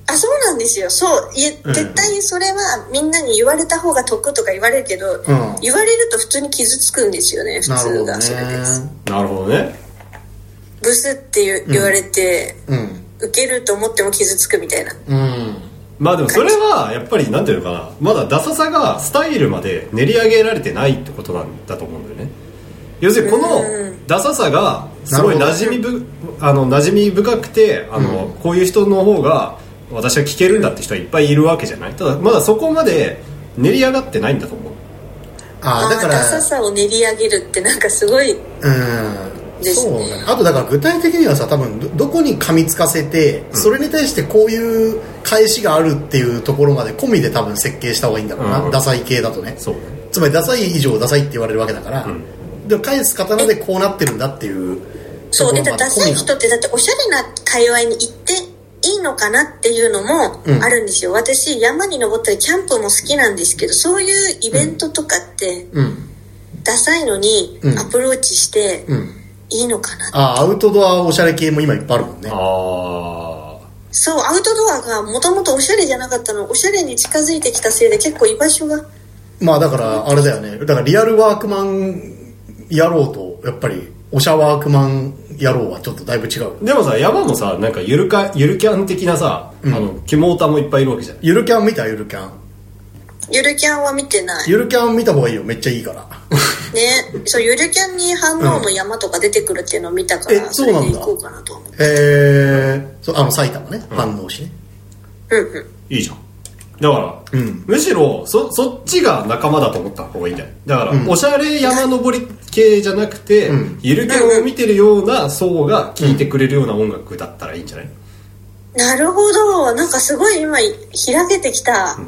[SPEAKER 3] あそうなんですよそういえ
[SPEAKER 2] うん
[SPEAKER 3] 絶対にそれはみんなに言われた方が得とか言われるけど、
[SPEAKER 2] ん
[SPEAKER 3] 言われると普通に傷つくんですよね普
[SPEAKER 2] なるほ
[SPEAKER 3] 通
[SPEAKER 2] ど
[SPEAKER 3] がそれです
[SPEAKER 2] ね
[SPEAKER 1] なるほどね
[SPEAKER 3] ブスって言う言われて、
[SPEAKER 2] うん
[SPEAKER 3] ウケると思っても傷つくみたいな
[SPEAKER 2] うん
[SPEAKER 1] まあでもそれはやっぱりなんていうのかなまだダサさがスタイルまで練り上げられてないってことなんだと思うんだよね要するにこのダサさがすごい
[SPEAKER 2] なる
[SPEAKER 1] 馴染みぶあの馴染み深くてあの、こういう人の方が私は聞けるんだって人はいっぱいいるわけじゃないただまだそこまで練り上がってないんだと思う
[SPEAKER 2] ああだか
[SPEAKER 3] ダサ
[SPEAKER 2] ら
[SPEAKER 3] さを練り上げるってなんかすごい
[SPEAKER 2] うん
[SPEAKER 3] です
[SPEAKER 2] そう
[SPEAKER 3] ね
[SPEAKER 2] だねあとだから具体的にはさ多分どどこに噛みつかせてそれに対してこういう返しがあるっていうところまで込みで多分設計した方がいいんだろうな、
[SPEAKER 1] うん
[SPEAKER 2] ダサい系だとね
[SPEAKER 1] そうね
[SPEAKER 2] つまりダサい以上ダサいって言われるわけだから、でも返す刀でこうなってるんだっていう
[SPEAKER 3] そう
[SPEAKER 2] と
[SPEAKER 3] で
[SPEAKER 2] ころま
[SPEAKER 3] ダサい人ってだっておしゃれな界隈に行っていいのかなっていうのも
[SPEAKER 2] うん
[SPEAKER 3] あるんですよ、私山に登ったりキャンプも好きなんですけどそういうイベントとかって
[SPEAKER 2] うん
[SPEAKER 3] ダサいのに
[SPEAKER 2] うん
[SPEAKER 3] アプローチして
[SPEAKER 2] うん
[SPEAKER 3] いいのかな、
[SPEAKER 2] あアウトドアおしゃれ系も今いっぱいあるもんね
[SPEAKER 1] あ
[SPEAKER 3] そうアウトドアがもともとおしゃれじゃなかったのおしゃれに近づいてきたせいで結構居場所が
[SPEAKER 2] まあだからあれだよねだからリアルワークマン野郎とやっぱりおしゃワークマン野郎はちょっとだいぶ違う
[SPEAKER 1] あでもさ山もさなんかゆるかゆるキャン的なさ、あのキモータもいっぱいいるわけじゃない
[SPEAKER 2] ゆるキャン見たゆるキャン
[SPEAKER 3] ゆるキャンは見てない
[SPEAKER 2] ゆるキャン見た方がいいよめっちゃいい から
[SPEAKER 3] ねそうゆるキャンに反応の山とか出てくるっていうのを見たから、
[SPEAKER 2] うんえ
[SPEAKER 3] それで
[SPEAKER 2] そうなんだ
[SPEAKER 3] 行こうかなと思う
[SPEAKER 2] えー、そうあの埼玉ね反応しね、
[SPEAKER 3] うんうん
[SPEAKER 1] いいじゃんだから、
[SPEAKER 2] うん
[SPEAKER 1] むしろそそっちが仲間だと思った方がいいんだよだから、
[SPEAKER 2] うん
[SPEAKER 1] おしゃれ山登り系じゃなくて、
[SPEAKER 2] うん
[SPEAKER 1] ゆるキャンを見てるような層が聴いてくれるような音楽だったらいいんじゃない、
[SPEAKER 3] なるほどなんかすごい今開けてきた、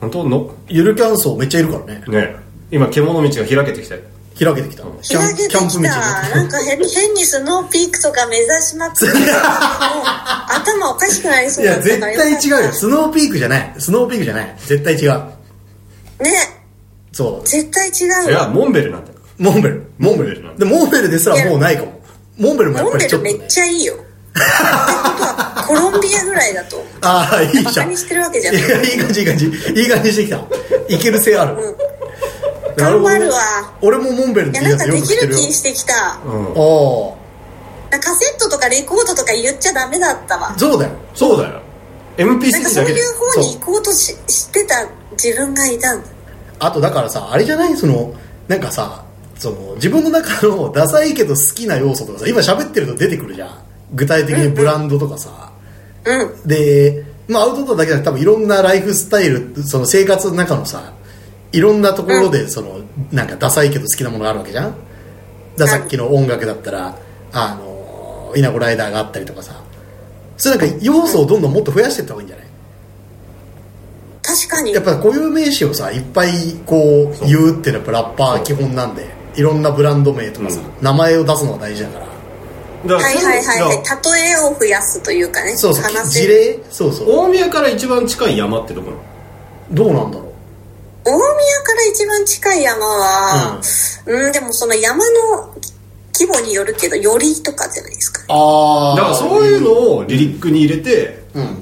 [SPEAKER 1] 本当の
[SPEAKER 2] ゆるキャン層めっちゃいるからね
[SPEAKER 1] ね今獣道が開けてきたよ
[SPEAKER 2] 開けてきたキャ
[SPEAKER 3] 開
[SPEAKER 2] ン
[SPEAKER 3] けて
[SPEAKER 2] キャンプ道
[SPEAKER 3] き
[SPEAKER 2] に
[SPEAKER 3] た
[SPEAKER 2] なって
[SPEAKER 3] なんか変変にスノーピークとか目指しま くってもう頭おかしくなりそ
[SPEAKER 2] いう
[SPEAKER 3] だ
[SPEAKER 2] や
[SPEAKER 3] った
[SPEAKER 2] 絶
[SPEAKER 3] から
[SPEAKER 2] 対違うよ
[SPEAKER 3] かっ
[SPEAKER 2] スノーピークじゃないスノーピークじゃない絶対違う
[SPEAKER 3] たね
[SPEAKER 2] そ
[SPEAKER 3] 絶対
[SPEAKER 1] い
[SPEAKER 3] 違う
[SPEAKER 1] や
[SPEAKER 3] わ
[SPEAKER 1] モンベルなんだよ
[SPEAKER 2] うモンベルモンベルでモンベルですらもうないかもモンベルもやっ
[SPEAKER 3] モ
[SPEAKER 2] ぱ
[SPEAKER 3] ン
[SPEAKER 2] り
[SPEAKER 3] ベ
[SPEAKER 2] ちょ
[SPEAKER 3] ル
[SPEAKER 2] っと、
[SPEAKER 3] め
[SPEAKER 2] ね
[SPEAKER 3] っ、ちゃいいよってことはコロンビアぐらいだと思う
[SPEAKER 2] ああいいじ
[SPEAKER 3] バ
[SPEAKER 2] ゃ
[SPEAKER 3] カ
[SPEAKER 2] んい
[SPEAKER 3] にしてるわけじゃない
[SPEAKER 2] やいい感じいい感じいい感じにしてきたいける性ある、なほどね
[SPEAKER 3] 頑張るわ
[SPEAKER 2] 俺もモンベル
[SPEAKER 3] い
[SPEAKER 2] の T シャ
[SPEAKER 3] やなんか
[SPEAKER 2] ツ
[SPEAKER 3] で
[SPEAKER 2] よく
[SPEAKER 3] き
[SPEAKER 2] 着て
[SPEAKER 3] る
[SPEAKER 2] るよ
[SPEAKER 3] 気してきた
[SPEAKER 1] うん
[SPEAKER 2] あ
[SPEAKER 3] カセットとかレコードとか言っちゃダメだったわ
[SPEAKER 2] あそうだよ
[SPEAKER 1] そうだよ
[SPEAKER 3] なんか
[SPEAKER 1] MP3
[SPEAKER 3] そう
[SPEAKER 1] だけ
[SPEAKER 3] い
[SPEAKER 1] で
[SPEAKER 3] う方に行こうとししてた自分がいたんだ
[SPEAKER 2] あとだからさあれじゃないそのなんかさその自分の中のダサいけど好きな要素とかさ今喋ってると出てくるじゃん具体的にブランドとかさ、
[SPEAKER 3] うん
[SPEAKER 2] で、まあ、アウトドアだけじゃなくて多分いろんなライフスタイルその生活の中のさいろんなところでその、なんかダサいけど好きなものがあるわけじゃんだ
[SPEAKER 3] は
[SPEAKER 2] さ
[SPEAKER 3] い
[SPEAKER 2] っきの音楽だったらあの稲子ライダーがあったりとかさそれなんか要素をどんどんもっと増やしていった方がいいんじゃない
[SPEAKER 3] 確かに
[SPEAKER 2] やっぱ固有名詞をさいっぱいこう言うっていうのはやっぱラッパー基本なんでいろんなブランド名とかさ、名前を出すのが大事だから
[SPEAKER 1] だから
[SPEAKER 3] はい
[SPEAKER 1] そう
[SPEAKER 3] はいはい、
[SPEAKER 1] だから
[SPEAKER 3] はい、例えを増やすというかね
[SPEAKER 2] そうそう
[SPEAKER 3] 話せ
[SPEAKER 2] 事
[SPEAKER 3] る
[SPEAKER 2] 例そうそう
[SPEAKER 1] 大宮から一番近い山ってどこなの
[SPEAKER 2] どうなんだろ
[SPEAKER 3] 大宮から一番近い山はうん、でもその山の規模によるけど、よりとかじゃないですか。
[SPEAKER 2] ああ
[SPEAKER 1] だからそういうのをリリックに入れて
[SPEAKER 2] うん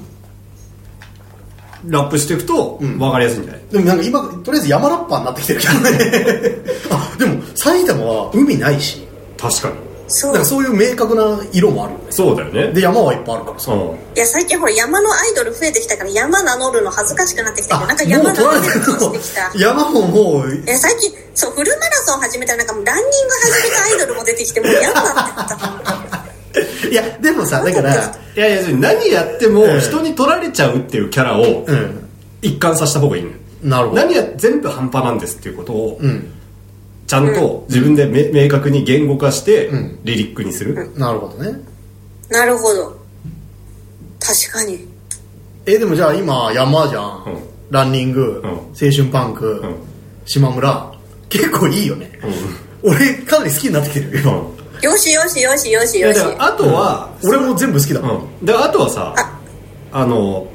[SPEAKER 1] ラップしていくと分かりやすいんじゃない、
[SPEAKER 2] でもなんか今とりあえず山ラッパーになってきてるけどね あでも埼玉は海ないし
[SPEAKER 1] 確かに
[SPEAKER 2] だ
[SPEAKER 3] そう
[SPEAKER 2] から。そういう明確な色もあるよね
[SPEAKER 1] そうだよね
[SPEAKER 2] で山はいっぱいあるからさ、
[SPEAKER 1] うん
[SPEAKER 3] いや、最近ほら山のアイドル増えてきたから、山名乗るの恥ずかしくなってきた
[SPEAKER 2] あ
[SPEAKER 3] けど、なんか山
[SPEAKER 2] もう取
[SPEAKER 3] 名乗
[SPEAKER 2] ら
[SPEAKER 3] る
[SPEAKER 2] れ
[SPEAKER 3] の
[SPEAKER 2] てる
[SPEAKER 3] 気にしてきた。
[SPEAKER 2] の 山ももう
[SPEAKER 3] いや、最近、そう、フルマラソン始めたら、なんかもうランニング始めたアイドルも出てき て、もう嫌だってなった。
[SPEAKER 2] いやでもさだから
[SPEAKER 1] いやいやそれ何やっても
[SPEAKER 2] うん
[SPEAKER 1] 人に取られちゃうっていうキャラを
[SPEAKER 2] うん
[SPEAKER 1] 一貫させた方がいいのよ
[SPEAKER 2] なるほど
[SPEAKER 1] 何や全部半端なんですっていうことを
[SPEAKER 2] うん
[SPEAKER 1] ちゃんと自分でめ、明確に言語化して
[SPEAKER 2] うん
[SPEAKER 1] リリックにする、
[SPEAKER 2] なるほどね
[SPEAKER 3] なるほど。確かに。
[SPEAKER 2] えでもじゃあ今山じゃん、
[SPEAKER 1] うん
[SPEAKER 2] ランニング、
[SPEAKER 1] うん
[SPEAKER 2] 青春パンク、
[SPEAKER 1] ん
[SPEAKER 2] 島村結構いいよね、俺かなり好きになってきてるよ今、
[SPEAKER 3] よしよしよしよし
[SPEAKER 1] いや
[SPEAKER 3] よし
[SPEAKER 1] だ。からあとは、
[SPEAKER 2] 俺も全部好きだもん、
[SPEAKER 1] うん、であとはさ
[SPEAKER 3] あ
[SPEAKER 1] あの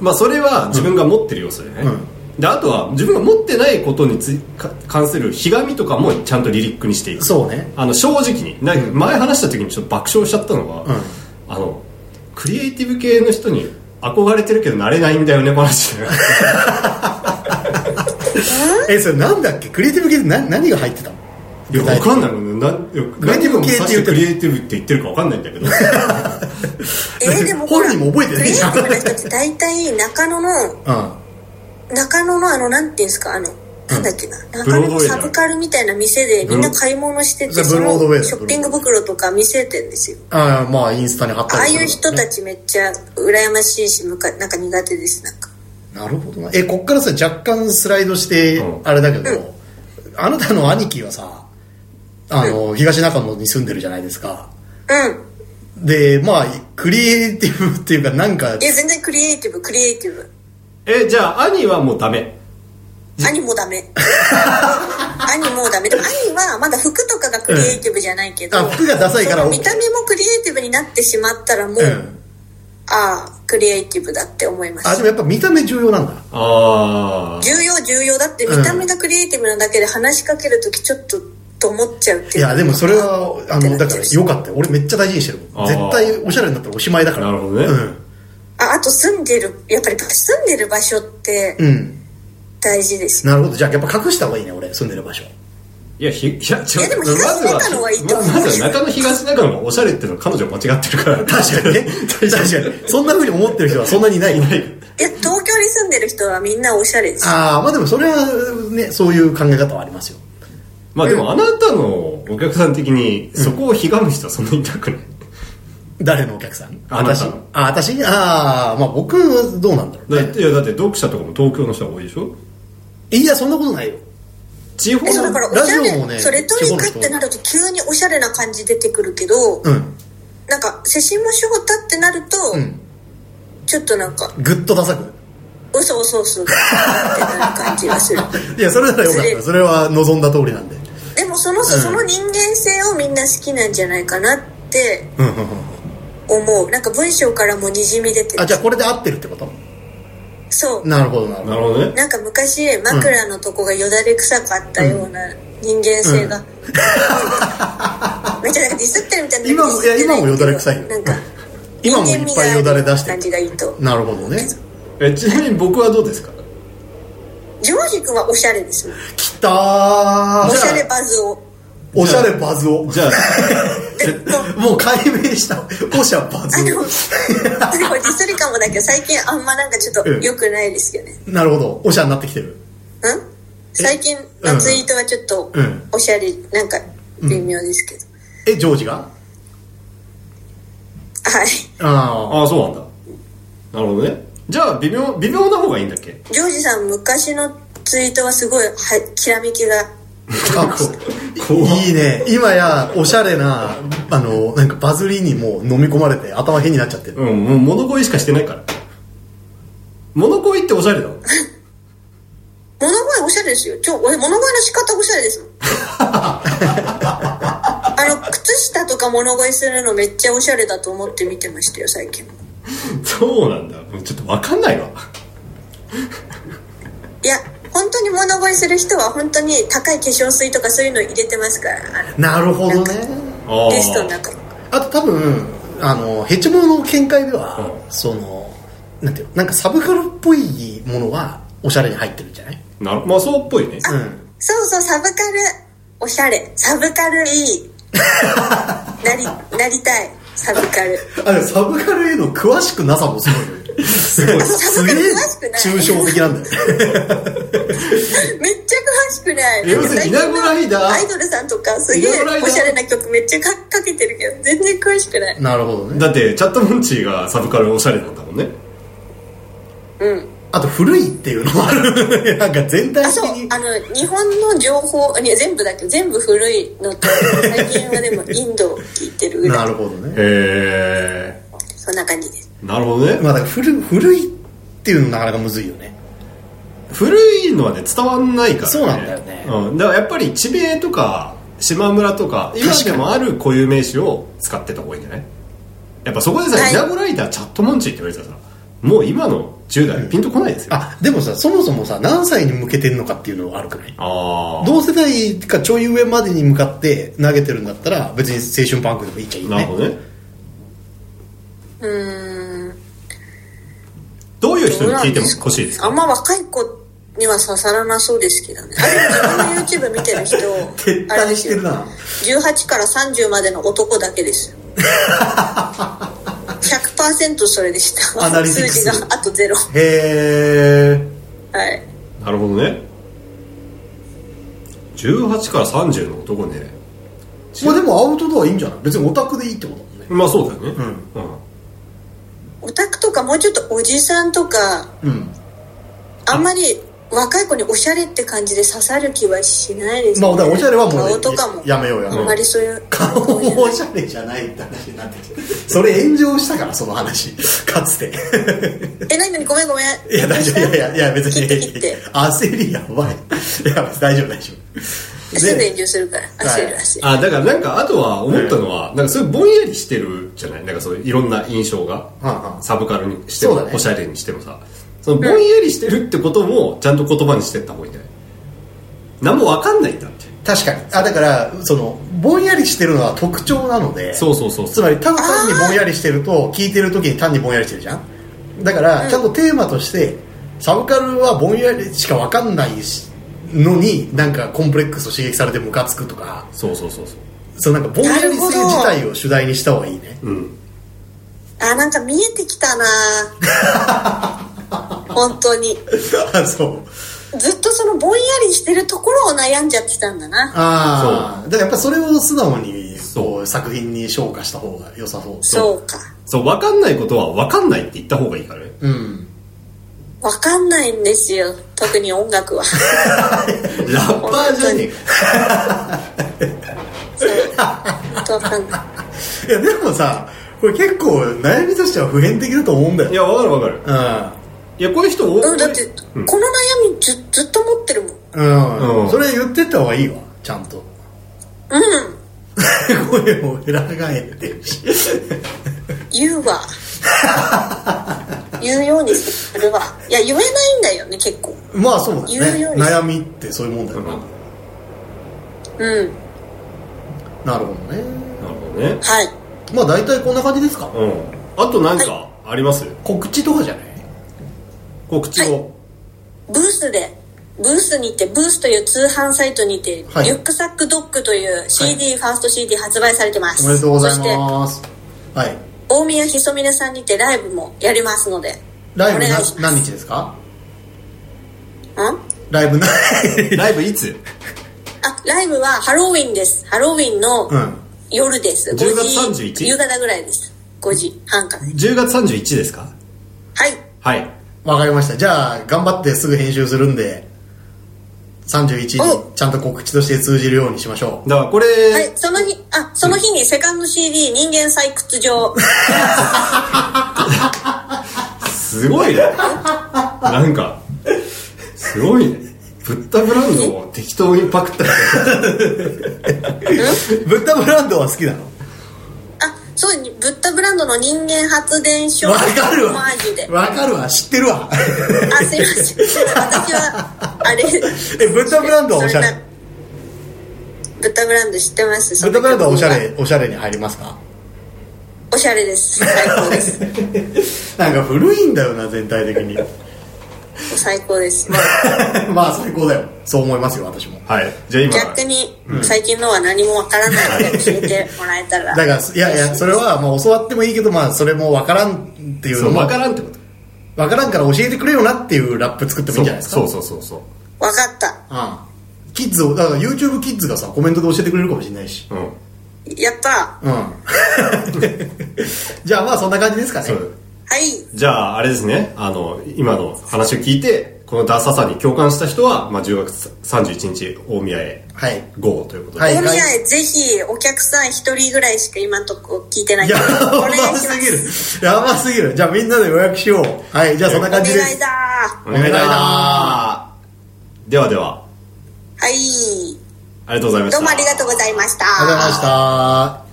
[SPEAKER 1] まあそれは自分が持ってる要素だよね、
[SPEAKER 2] うん
[SPEAKER 1] であとは自分が持ってないことにつか関するひがみとかもちゃんとリリックにしていく
[SPEAKER 2] そうね
[SPEAKER 1] あの正直になんか前話した時にちょっと爆笑しちゃったのは、
[SPEAKER 2] うん
[SPEAKER 1] あのクリエイティブ系の人に憧れてるけどなれないんだよね話
[SPEAKER 2] えそれなんだっけクリエイティブ系って何何が入ってたの
[SPEAKER 1] いやわかんないもんねなん
[SPEAKER 2] クリエイティブ系って
[SPEAKER 1] 何
[SPEAKER 2] 言ってる
[SPEAKER 1] を指クリエイティブって言ってるかわかんないんだけど
[SPEAKER 3] えー、でもほら、
[SPEAKER 2] 本人も覚えて
[SPEAKER 3] ク
[SPEAKER 2] な
[SPEAKER 3] リ
[SPEAKER 2] い
[SPEAKER 3] エイ
[SPEAKER 2] じ
[SPEAKER 3] テ
[SPEAKER 2] ゃん
[SPEAKER 3] ィブな人って大体中野の、
[SPEAKER 2] う
[SPEAKER 3] 中野のあの、なんていうんですか、あの、なんだっけな、
[SPEAKER 1] ブ
[SPEAKER 3] 中
[SPEAKER 1] ロー
[SPEAKER 3] 野
[SPEAKER 1] ドウ
[SPEAKER 3] の
[SPEAKER 1] ェイだ
[SPEAKER 3] サブカルみたいな店でみんな買い物して
[SPEAKER 2] ブロ
[SPEAKER 3] て、
[SPEAKER 2] ー
[SPEAKER 3] そ
[SPEAKER 2] ブロードウェイ
[SPEAKER 3] の
[SPEAKER 2] だ
[SPEAKER 3] ショッピング袋とか見せてんですよ。
[SPEAKER 2] んああまあインスタに貼った
[SPEAKER 3] ああ
[SPEAKER 2] り
[SPEAKER 3] いう
[SPEAKER 2] す
[SPEAKER 3] 人
[SPEAKER 2] る
[SPEAKER 3] たちめっちゃ羨ましいし、むかなんか苦手です、なんか。
[SPEAKER 2] なるほどなえこっからさ若干スライドして、
[SPEAKER 1] うん
[SPEAKER 2] あれだけど、あなたの兄貴はさあの、東中野に住んでるじゃないですか
[SPEAKER 3] うん。
[SPEAKER 2] でまあクリエイティブっていうかなんか
[SPEAKER 3] いや、全然クリエイティブ、クリエイティブ。
[SPEAKER 1] えじゃあ兄はもうダメ
[SPEAKER 3] 兄もダメ。 兄もダメ。でも兄はまだ服とかがクリエイティブじゃないけど、
[SPEAKER 2] うんあ服がダサいから
[SPEAKER 3] その見た目もクリエイティブになってしまったらもう、
[SPEAKER 2] うん
[SPEAKER 3] ああ、クリエイティブだって思いま
[SPEAKER 2] あ
[SPEAKER 3] し
[SPEAKER 2] で
[SPEAKER 3] た
[SPEAKER 2] も。やっぱ見た目重要なんだ
[SPEAKER 1] ああ
[SPEAKER 3] 重要重要だって見た目がクリエイティブなだけで話しかけるときちょっとと思っちゃうって
[SPEAKER 2] い
[SPEAKER 3] いう。
[SPEAKER 2] やでもそれはあのだからよ
[SPEAKER 3] く。
[SPEAKER 2] かったよ俺めっちゃ大事にしてるも
[SPEAKER 1] あ
[SPEAKER 2] ん
[SPEAKER 1] ー
[SPEAKER 2] 絶対おしゃれになったらおしまいだから
[SPEAKER 1] なるほどね
[SPEAKER 3] あ、あと住んでる、やっぱり住んでる場所って
[SPEAKER 2] うん、うん、
[SPEAKER 3] 大事ですよ。
[SPEAKER 2] なるほどじゃあやっぱ隠した方がいいね俺住んでる場所
[SPEAKER 1] いやひいやちょ
[SPEAKER 3] いやでも
[SPEAKER 1] まず
[SPEAKER 3] 東中野はいいと思う
[SPEAKER 1] ままずは中野東中野がおしゃれっていうのは彼女間違ってるから
[SPEAKER 2] 確かにね 確かにそんな風に思ってる人はそんなにいない
[SPEAKER 3] いや、東京に住んでる人はみんなおしゃれですよ。
[SPEAKER 2] ああまあでもそれはねそういう考え方はありますよ
[SPEAKER 1] まあでもあなたのお客さん的にそこをひがむ人はそんなにいなくない、
[SPEAKER 2] 誰のお客さん
[SPEAKER 1] あな
[SPEAKER 2] 私
[SPEAKER 1] た
[SPEAKER 2] あ
[SPEAKER 1] の
[SPEAKER 2] 私ああまあ僕はどうなんだろう
[SPEAKER 1] だ
[SPEAKER 2] ね
[SPEAKER 1] っていやだって読者とかも東京の人が多いでしょ
[SPEAKER 2] いやそんなことないよ
[SPEAKER 1] 地方
[SPEAKER 3] えそうだからおしゃ
[SPEAKER 2] ラジオも
[SPEAKER 3] れ、
[SPEAKER 2] ね
[SPEAKER 3] そうレトリカってなると急におしゃれな感じ出てくるけど、
[SPEAKER 2] うん
[SPEAKER 3] なんか写真もしょったってなると、
[SPEAKER 2] うん
[SPEAKER 3] ちょっとなんか
[SPEAKER 2] グッとダサ く
[SPEAKER 3] 嘘嘘嘘ってなる感じ がする
[SPEAKER 2] いやそれならよかったそれは望んだ通りなんで
[SPEAKER 3] でもその、その人間性をみんな好きなんじゃないかなって
[SPEAKER 2] うんうんうん
[SPEAKER 3] 思うなんか文章からもにじみ出て
[SPEAKER 2] あ
[SPEAKER 3] る
[SPEAKER 2] じゃあこれで合ってるってこと
[SPEAKER 3] そう
[SPEAKER 2] なるほどなるほ
[SPEAKER 1] な
[SPEAKER 2] ど
[SPEAKER 1] るほどね
[SPEAKER 3] なんか昔枕のとこがよだれ臭かったような人間性 が、めっちゃなんかディスってるみたいな
[SPEAKER 2] 今もいや今もよだれ臭いよ
[SPEAKER 3] なんか
[SPEAKER 2] 今もいっぱいよだれ出して
[SPEAKER 3] る感じ
[SPEAKER 2] る
[SPEAKER 3] がいいと
[SPEAKER 2] なるほどね
[SPEAKER 1] えちなみに僕はどう ですか
[SPEAKER 3] ジョージ君はおしゃれですもん
[SPEAKER 2] きたー
[SPEAKER 3] おしゃれバズを
[SPEAKER 2] おしゃれバズを
[SPEAKER 1] じゃあ
[SPEAKER 3] えっと
[SPEAKER 2] もう解明したおしゃバ
[SPEAKER 3] あ
[SPEAKER 2] ズ
[SPEAKER 3] の、でもディスりかもだけど、最近あんまなんかちょっと
[SPEAKER 2] うん
[SPEAKER 3] 良くないですよね。
[SPEAKER 2] なるほどおしゃになってきてる
[SPEAKER 3] うん最近のツイートはちょっと
[SPEAKER 2] うん
[SPEAKER 3] おしゃれ、なんか微妙ですけど。
[SPEAKER 2] えジョージが
[SPEAKER 3] はい。
[SPEAKER 2] あ
[SPEAKER 1] ああそうなんだなるほどねじゃあ微妙微妙な方がいいんだっけ
[SPEAKER 3] ジョージさん、昔のツイートはすごいはきらめきが。
[SPEAKER 2] ーあこ
[SPEAKER 1] 怖っ
[SPEAKER 2] いいね今やおしゃれなあのなんかバズりにもう飲み込まれて頭変になっちゃってる
[SPEAKER 1] うんもう物乞いしかしてないから物乞いっておしゃれ だ
[SPEAKER 3] 物声おしゃれですよ。ちょ、俺物声の仕方おしゃれですもん。あの、靴下とか物声するのめっちゃおしゃれだと思って見てましたよ、最近。
[SPEAKER 1] そうなんだもうちょっとわかんないわ
[SPEAKER 3] いや、本当に物声する人は本当に高い化粧水とかそういうの入れてますから。あの
[SPEAKER 2] なるほどね
[SPEAKER 1] あー
[SPEAKER 3] リストの中に
[SPEAKER 2] あと多分あのヘチモの見解では、
[SPEAKER 1] う
[SPEAKER 2] そのなんていうのなんかサブカルっぽいものはおしゃれに入ってるんじゃない、
[SPEAKER 1] なるまあそうっぽいね
[SPEAKER 2] うん、
[SPEAKER 3] そうそうサブカルおしゃれサブカルい いなりなりたいサブカル
[SPEAKER 2] あでもサブカルへの詳しくなさもすごいよねす
[SPEAKER 1] ごい
[SPEAKER 2] すげえ抽象的なんだよね
[SPEAKER 3] めっちゃ詳しくない
[SPEAKER 1] え要するに稲子ライダー
[SPEAKER 3] アイドルさんとかすげえ
[SPEAKER 1] 稲子ライダー
[SPEAKER 3] おしゃれな曲めっちゃかかけてるけど全然詳しくない
[SPEAKER 2] なるほどね
[SPEAKER 1] だってチャットモンチーがサブカルおしゃれなんだもんね
[SPEAKER 3] うん
[SPEAKER 2] あと古いっていうのもあるなんか全体
[SPEAKER 3] あ
[SPEAKER 2] 的
[SPEAKER 3] そう
[SPEAKER 2] に
[SPEAKER 3] あの日本の情報いや全部だけど全部古いのと最近はでもインドを聞いてるぐ
[SPEAKER 2] な
[SPEAKER 3] ら
[SPEAKER 2] いるほどね
[SPEAKER 1] へ
[SPEAKER 3] そんな感じです
[SPEAKER 1] えなるほどね
[SPEAKER 2] まあだから古古いっていうのなかなかむずいよね
[SPEAKER 1] 古いのはね伝わんないから、ね、
[SPEAKER 2] そうなんだよね
[SPEAKER 1] うん、だからやっぱり地名とか島村とか今でもある固有名詞を使ってた方がいいんじゃないやっぱそこでさ
[SPEAKER 3] はい
[SPEAKER 1] 稲子ライダーチャットモンチーって言われたらさもう今の10代ピンとこないですよ、あ
[SPEAKER 2] あでもさそもそもさ何歳に向けてんのかっていうのはあるくない
[SPEAKER 1] あ
[SPEAKER 2] 同世代かちょい上までに向かって投げてるんだったら別に青春パンクでもいいっちゃいいよね
[SPEAKER 1] なるほどね
[SPEAKER 3] うーん
[SPEAKER 1] どういう人
[SPEAKER 3] どう
[SPEAKER 1] に
[SPEAKER 3] な
[SPEAKER 1] 聞
[SPEAKER 3] ん
[SPEAKER 1] いて
[SPEAKER 3] で
[SPEAKER 1] も
[SPEAKER 3] すか
[SPEAKER 1] 欲しいです
[SPEAKER 3] あ
[SPEAKER 1] か
[SPEAKER 3] んま若い子には刺さらなそうですけどねあれ自分の YouTube 見てる 人
[SPEAKER 2] 撤
[SPEAKER 3] あれ
[SPEAKER 2] 退
[SPEAKER 3] です
[SPEAKER 2] して
[SPEAKER 3] よ
[SPEAKER 2] るな
[SPEAKER 3] 18から30までの男だけで すよ100%それでした
[SPEAKER 2] アナリティ
[SPEAKER 3] 数
[SPEAKER 2] クス
[SPEAKER 3] 字があとゼロ
[SPEAKER 2] へえ
[SPEAKER 3] はい
[SPEAKER 1] なるほどね18から30の男ね
[SPEAKER 2] まあでもアウトドアいいんじゃない別にオタクでいいってことだもんね
[SPEAKER 1] まあそうだよね
[SPEAKER 2] う
[SPEAKER 1] うん
[SPEAKER 3] オタクとかもうちょっとおじさんとか
[SPEAKER 2] うん
[SPEAKER 3] あんまり若い子におしゃれって感じで刺さる気はしないです
[SPEAKER 2] まあだからおしゃれはもう
[SPEAKER 3] 顔とかも
[SPEAKER 2] やめようやめ
[SPEAKER 3] あ
[SPEAKER 2] ようん
[SPEAKER 3] まりそういう
[SPEAKER 2] 顔もおしゃれじゃないって話になってきてそれ炎上したからその話かつて
[SPEAKER 3] え何何ごめんごめん
[SPEAKER 2] いや大丈夫いやいやいや別に
[SPEAKER 3] 切って切って
[SPEAKER 2] 焦りやばいいや大丈夫大丈夫
[SPEAKER 3] すぐ炎上するから
[SPEAKER 2] はい
[SPEAKER 3] 焦る焦る
[SPEAKER 1] あだからなんかあとは思ったのは、なんかそれぼんやりしてるじゃないなんかそういういろんな印象が、
[SPEAKER 2] はあ
[SPEAKER 1] サブカルにしても、
[SPEAKER 2] そうだね
[SPEAKER 1] おしゃれにしてもさそのぼんやりしてるってこともちゃんと言葉にしてった方がいいんじゃない何もわかんないんだって
[SPEAKER 2] 確かにあだからそのぼんやりしてるのは特徴なので
[SPEAKER 1] そうそうそう
[SPEAKER 2] つまりただ単にぼんやりしてると聞いてる時に単にぼんやりしてるじゃんだからちゃんとテーマとしてサブカルはぼんやりしか分かんないしのになんかコンプレックスを刺激されてムカつくとか
[SPEAKER 1] そうそうそうそう
[SPEAKER 2] そのなんかぼんやり性
[SPEAKER 3] なるほど
[SPEAKER 2] 自体を主題にした方がいい ね
[SPEAKER 1] うん
[SPEAKER 3] あなんか見えてき たな本当に
[SPEAKER 2] あそう
[SPEAKER 3] ずっとそのぼんやりしてるところを悩んじゃってたんだな
[SPEAKER 2] ああだからやっぱそれを素直にこ
[SPEAKER 1] そう
[SPEAKER 2] 作品に昇華した方が良さそう
[SPEAKER 3] そうか
[SPEAKER 1] そうわかんないことはわかんないって言った方がいいからね
[SPEAKER 2] うん
[SPEAKER 3] わかんないんですよ特に音楽は
[SPEAKER 1] ラッパーじゃねえか
[SPEAKER 3] そう本当わかんない
[SPEAKER 2] いやでもさこれ結構悩みとしては普遍的だと思うんだよ
[SPEAKER 1] いやわかるわかる
[SPEAKER 2] う
[SPEAKER 1] いやこういう人多い
[SPEAKER 3] うんだって
[SPEAKER 1] ん
[SPEAKER 3] この悩みずずっと持ってるもん
[SPEAKER 2] ん、
[SPEAKER 1] うん
[SPEAKER 2] それ言ってった方がいいわちゃんと
[SPEAKER 3] うん
[SPEAKER 2] 声も裏返ってるし
[SPEAKER 3] 言うわ言うようにするわいや言えないんだよね結構
[SPEAKER 2] まあそうだ
[SPEAKER 3] 言うよ
[SPEAKER 2] よ
[SPEAKER 3] う
[SPEAKER 2] ね
[SPEAKER 3] に
[SPEAKER 2] 悩みってそういうもんだ
[SPEAKER 1] う
[SPEAKER 2] よ
[SPEAKER 1] ん
[SPEAKER 2] な、
[SPEAKER 1] なる
[SPEAKER 3] うん
[SPEAKER 2] なるほどね
[SPEAKER 1] ほどね
[SPEAKER 3] はい
[SPEAKER 2] まあ大体こんな感じですか、
[SPEAKER 1] うんあと何かあります
[SPEAKER 2] 告知とかじゃない
[SPEAKER 1] 告知を
[SPEAKER 3] ブースでブースにてブースという通販サイトにて、
[SPEAKER 2] はい
[SPEAKER 3] リュックサックドッグという CD、ファースト CD 発売されてます
[SPEAKER 2] おめでとうござい
[SPEAKER 3] そして
[SPEAKER 2] ますはい
[SPEAKER 3] 大宮ひそみねさんにてライブもやりますので
[SPEAKER 2] ライブ
[SPEAKER 3] お願い
[SPEAKER 2] な
[SPEAKER 3] します
[SPEAKER 2] 何日ですか
[SPEAKER 3] んあ
[SPEAKER 2] ライブな
[SPEAKER 1] ライブいつ
[SPEAKER 3] ライブはハロウィンですハロウィンの
[SPEAKER 2] うん
[SPEAKER 3] 夜です、
[SPEAKER 1] 10月
[SPEAKER 3] 5
[SPEAKER 1] 31
[SPEAKER 3] 時夕方ぐらいです5時半からね
[SPEAKER 1] 10月31ですか
[SPEAKER 3] はい
[SPEAKER 1] はい
[SPEAKER 2] わかりましたじゃあ頑張ってすぐ編集するんで31
[SPEAKER 3] お
[SPEAKER 2] にちゃんと告知として通じるようにしましょう
[SPEAKER 1] だからこれ、
[SPEAKER 3] はい、その日、あ、その日にセカンド CD、人間採 掘場。
[SPEAKER 1] すごいねなんかすごいねブッダブランドを適当にパクった
[SPEAKER 2] ブッダブランドは好きなの
[SPEAKER 3] あ、そう、ブッダブランドの人間発電所。
[SPEAKER 2] わかるわ
[SPEAKER 3] オマージュで。
[SPEAKER 2] わかるわ知ってる わ
[SPEAKER 3] あ、すいません。私は、あれ。
[SPEAKER 2] えブッダブランドはおしゃれ
[SPEAKER 3] そんなブタブランド知ってます
[SPEAKER 2] ブタブランドはおしゃ
[SPEAKER 3] その曲
[SPEAKER 2] れおしゃれに入ります か
[SPEAKER 3] おしゃれです最高です
[SPEAKER 2] なんか古いんだよな全体的に
[SPEAKER 3] 最高です
[SPEAKER 2] まあ最高だよそう思いますよ私も
[SPEAKER 1] はいじゃあ今
[SPEAKER 3] 逆に最近のは何もわからないので教えてもらえたら
[SPEAKER 2] だからいやいやそれはまあ教わってもいいけどまあそれも分からんっていう
[SPEAKER 1] そ
[SPEAKER 2] の
[SPEAKER 1] う
[SPEAKER 2] も
[SPEAKER 1] 分からんってこと
[SPEAKER 2] 分からんから教えてくれよなっていうラップ作ってもいいんじゃないですか
[SPEAKER 1] そうそうそうそう
[SPEAKER 3] わかった
[SPEAKER 2] うんキッズをだから YouTube キッズがさコメントで教えてくれるかもしれないし
[SPEAKER 1] そううん
[SPEAKER 3] やったは
[SPEAKER 2] うん じゃあまあそんな感じですかね
[SPEAKER 1] そう
[SPEAKER 3] い
[SPEAKER 1] じゃああれですねあの今の話を聞いてこのダサさに共感した人は、まあ、10月31日大宮へ
[SPEAKER 2] はい
[SPEAKER 1] ゴーということで、
[SPEAKER 2] は
[SPEAKER 3] 大
[SPEAKER 2] い
[SPEAKER 3] 宮へぜひお客さん一人ぐらいしか今んとこ聞いてない
[SPEAKER 2] い
[SPEAKER 3] け
[SPEAKER 2] や
[SPEAKER 3] どお
[SPEAKER 2] やば
[SPEAKER 3] 願いします
[SPEAKER 2] すぎるやばすぎるじゃあみんなで予約しようはいじゃあそんな
[SPEAKER 3] お願
[SPEAKER 2] 感じで
[SPEAKER 3] い
[SPEAKER 2] す
[SPEAKER 3] だ
[SPEAKER 1] お願いだではでは
[SPEAKER 3] はい
[SPEAKER 1] ありがとうございました
[SPEAKER 3] どうもありがとうございました
[SPEAKER 2] ありがとうございました。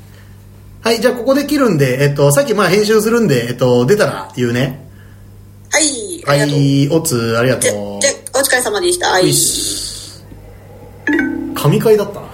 [SPEAKER 2] はい、じゃあここで切るんで、えっと、さっきまあ編集するんで、えっと、出たら言うね。
[SPEAKER 3] はいあ
[SPEAKER 2] は
[SPEAKER 3] りがとう
[SPEAKER 2] い、おつ、ありが
[SPEAKER 3] じゃ
[SPEAKER 2] と
[SPEAKER 3] じゃお疲れ様でしたは
[SPEAKER 2] う。
[SPEAKER 3] い
[SPEAKER 2] よし。神回だったな。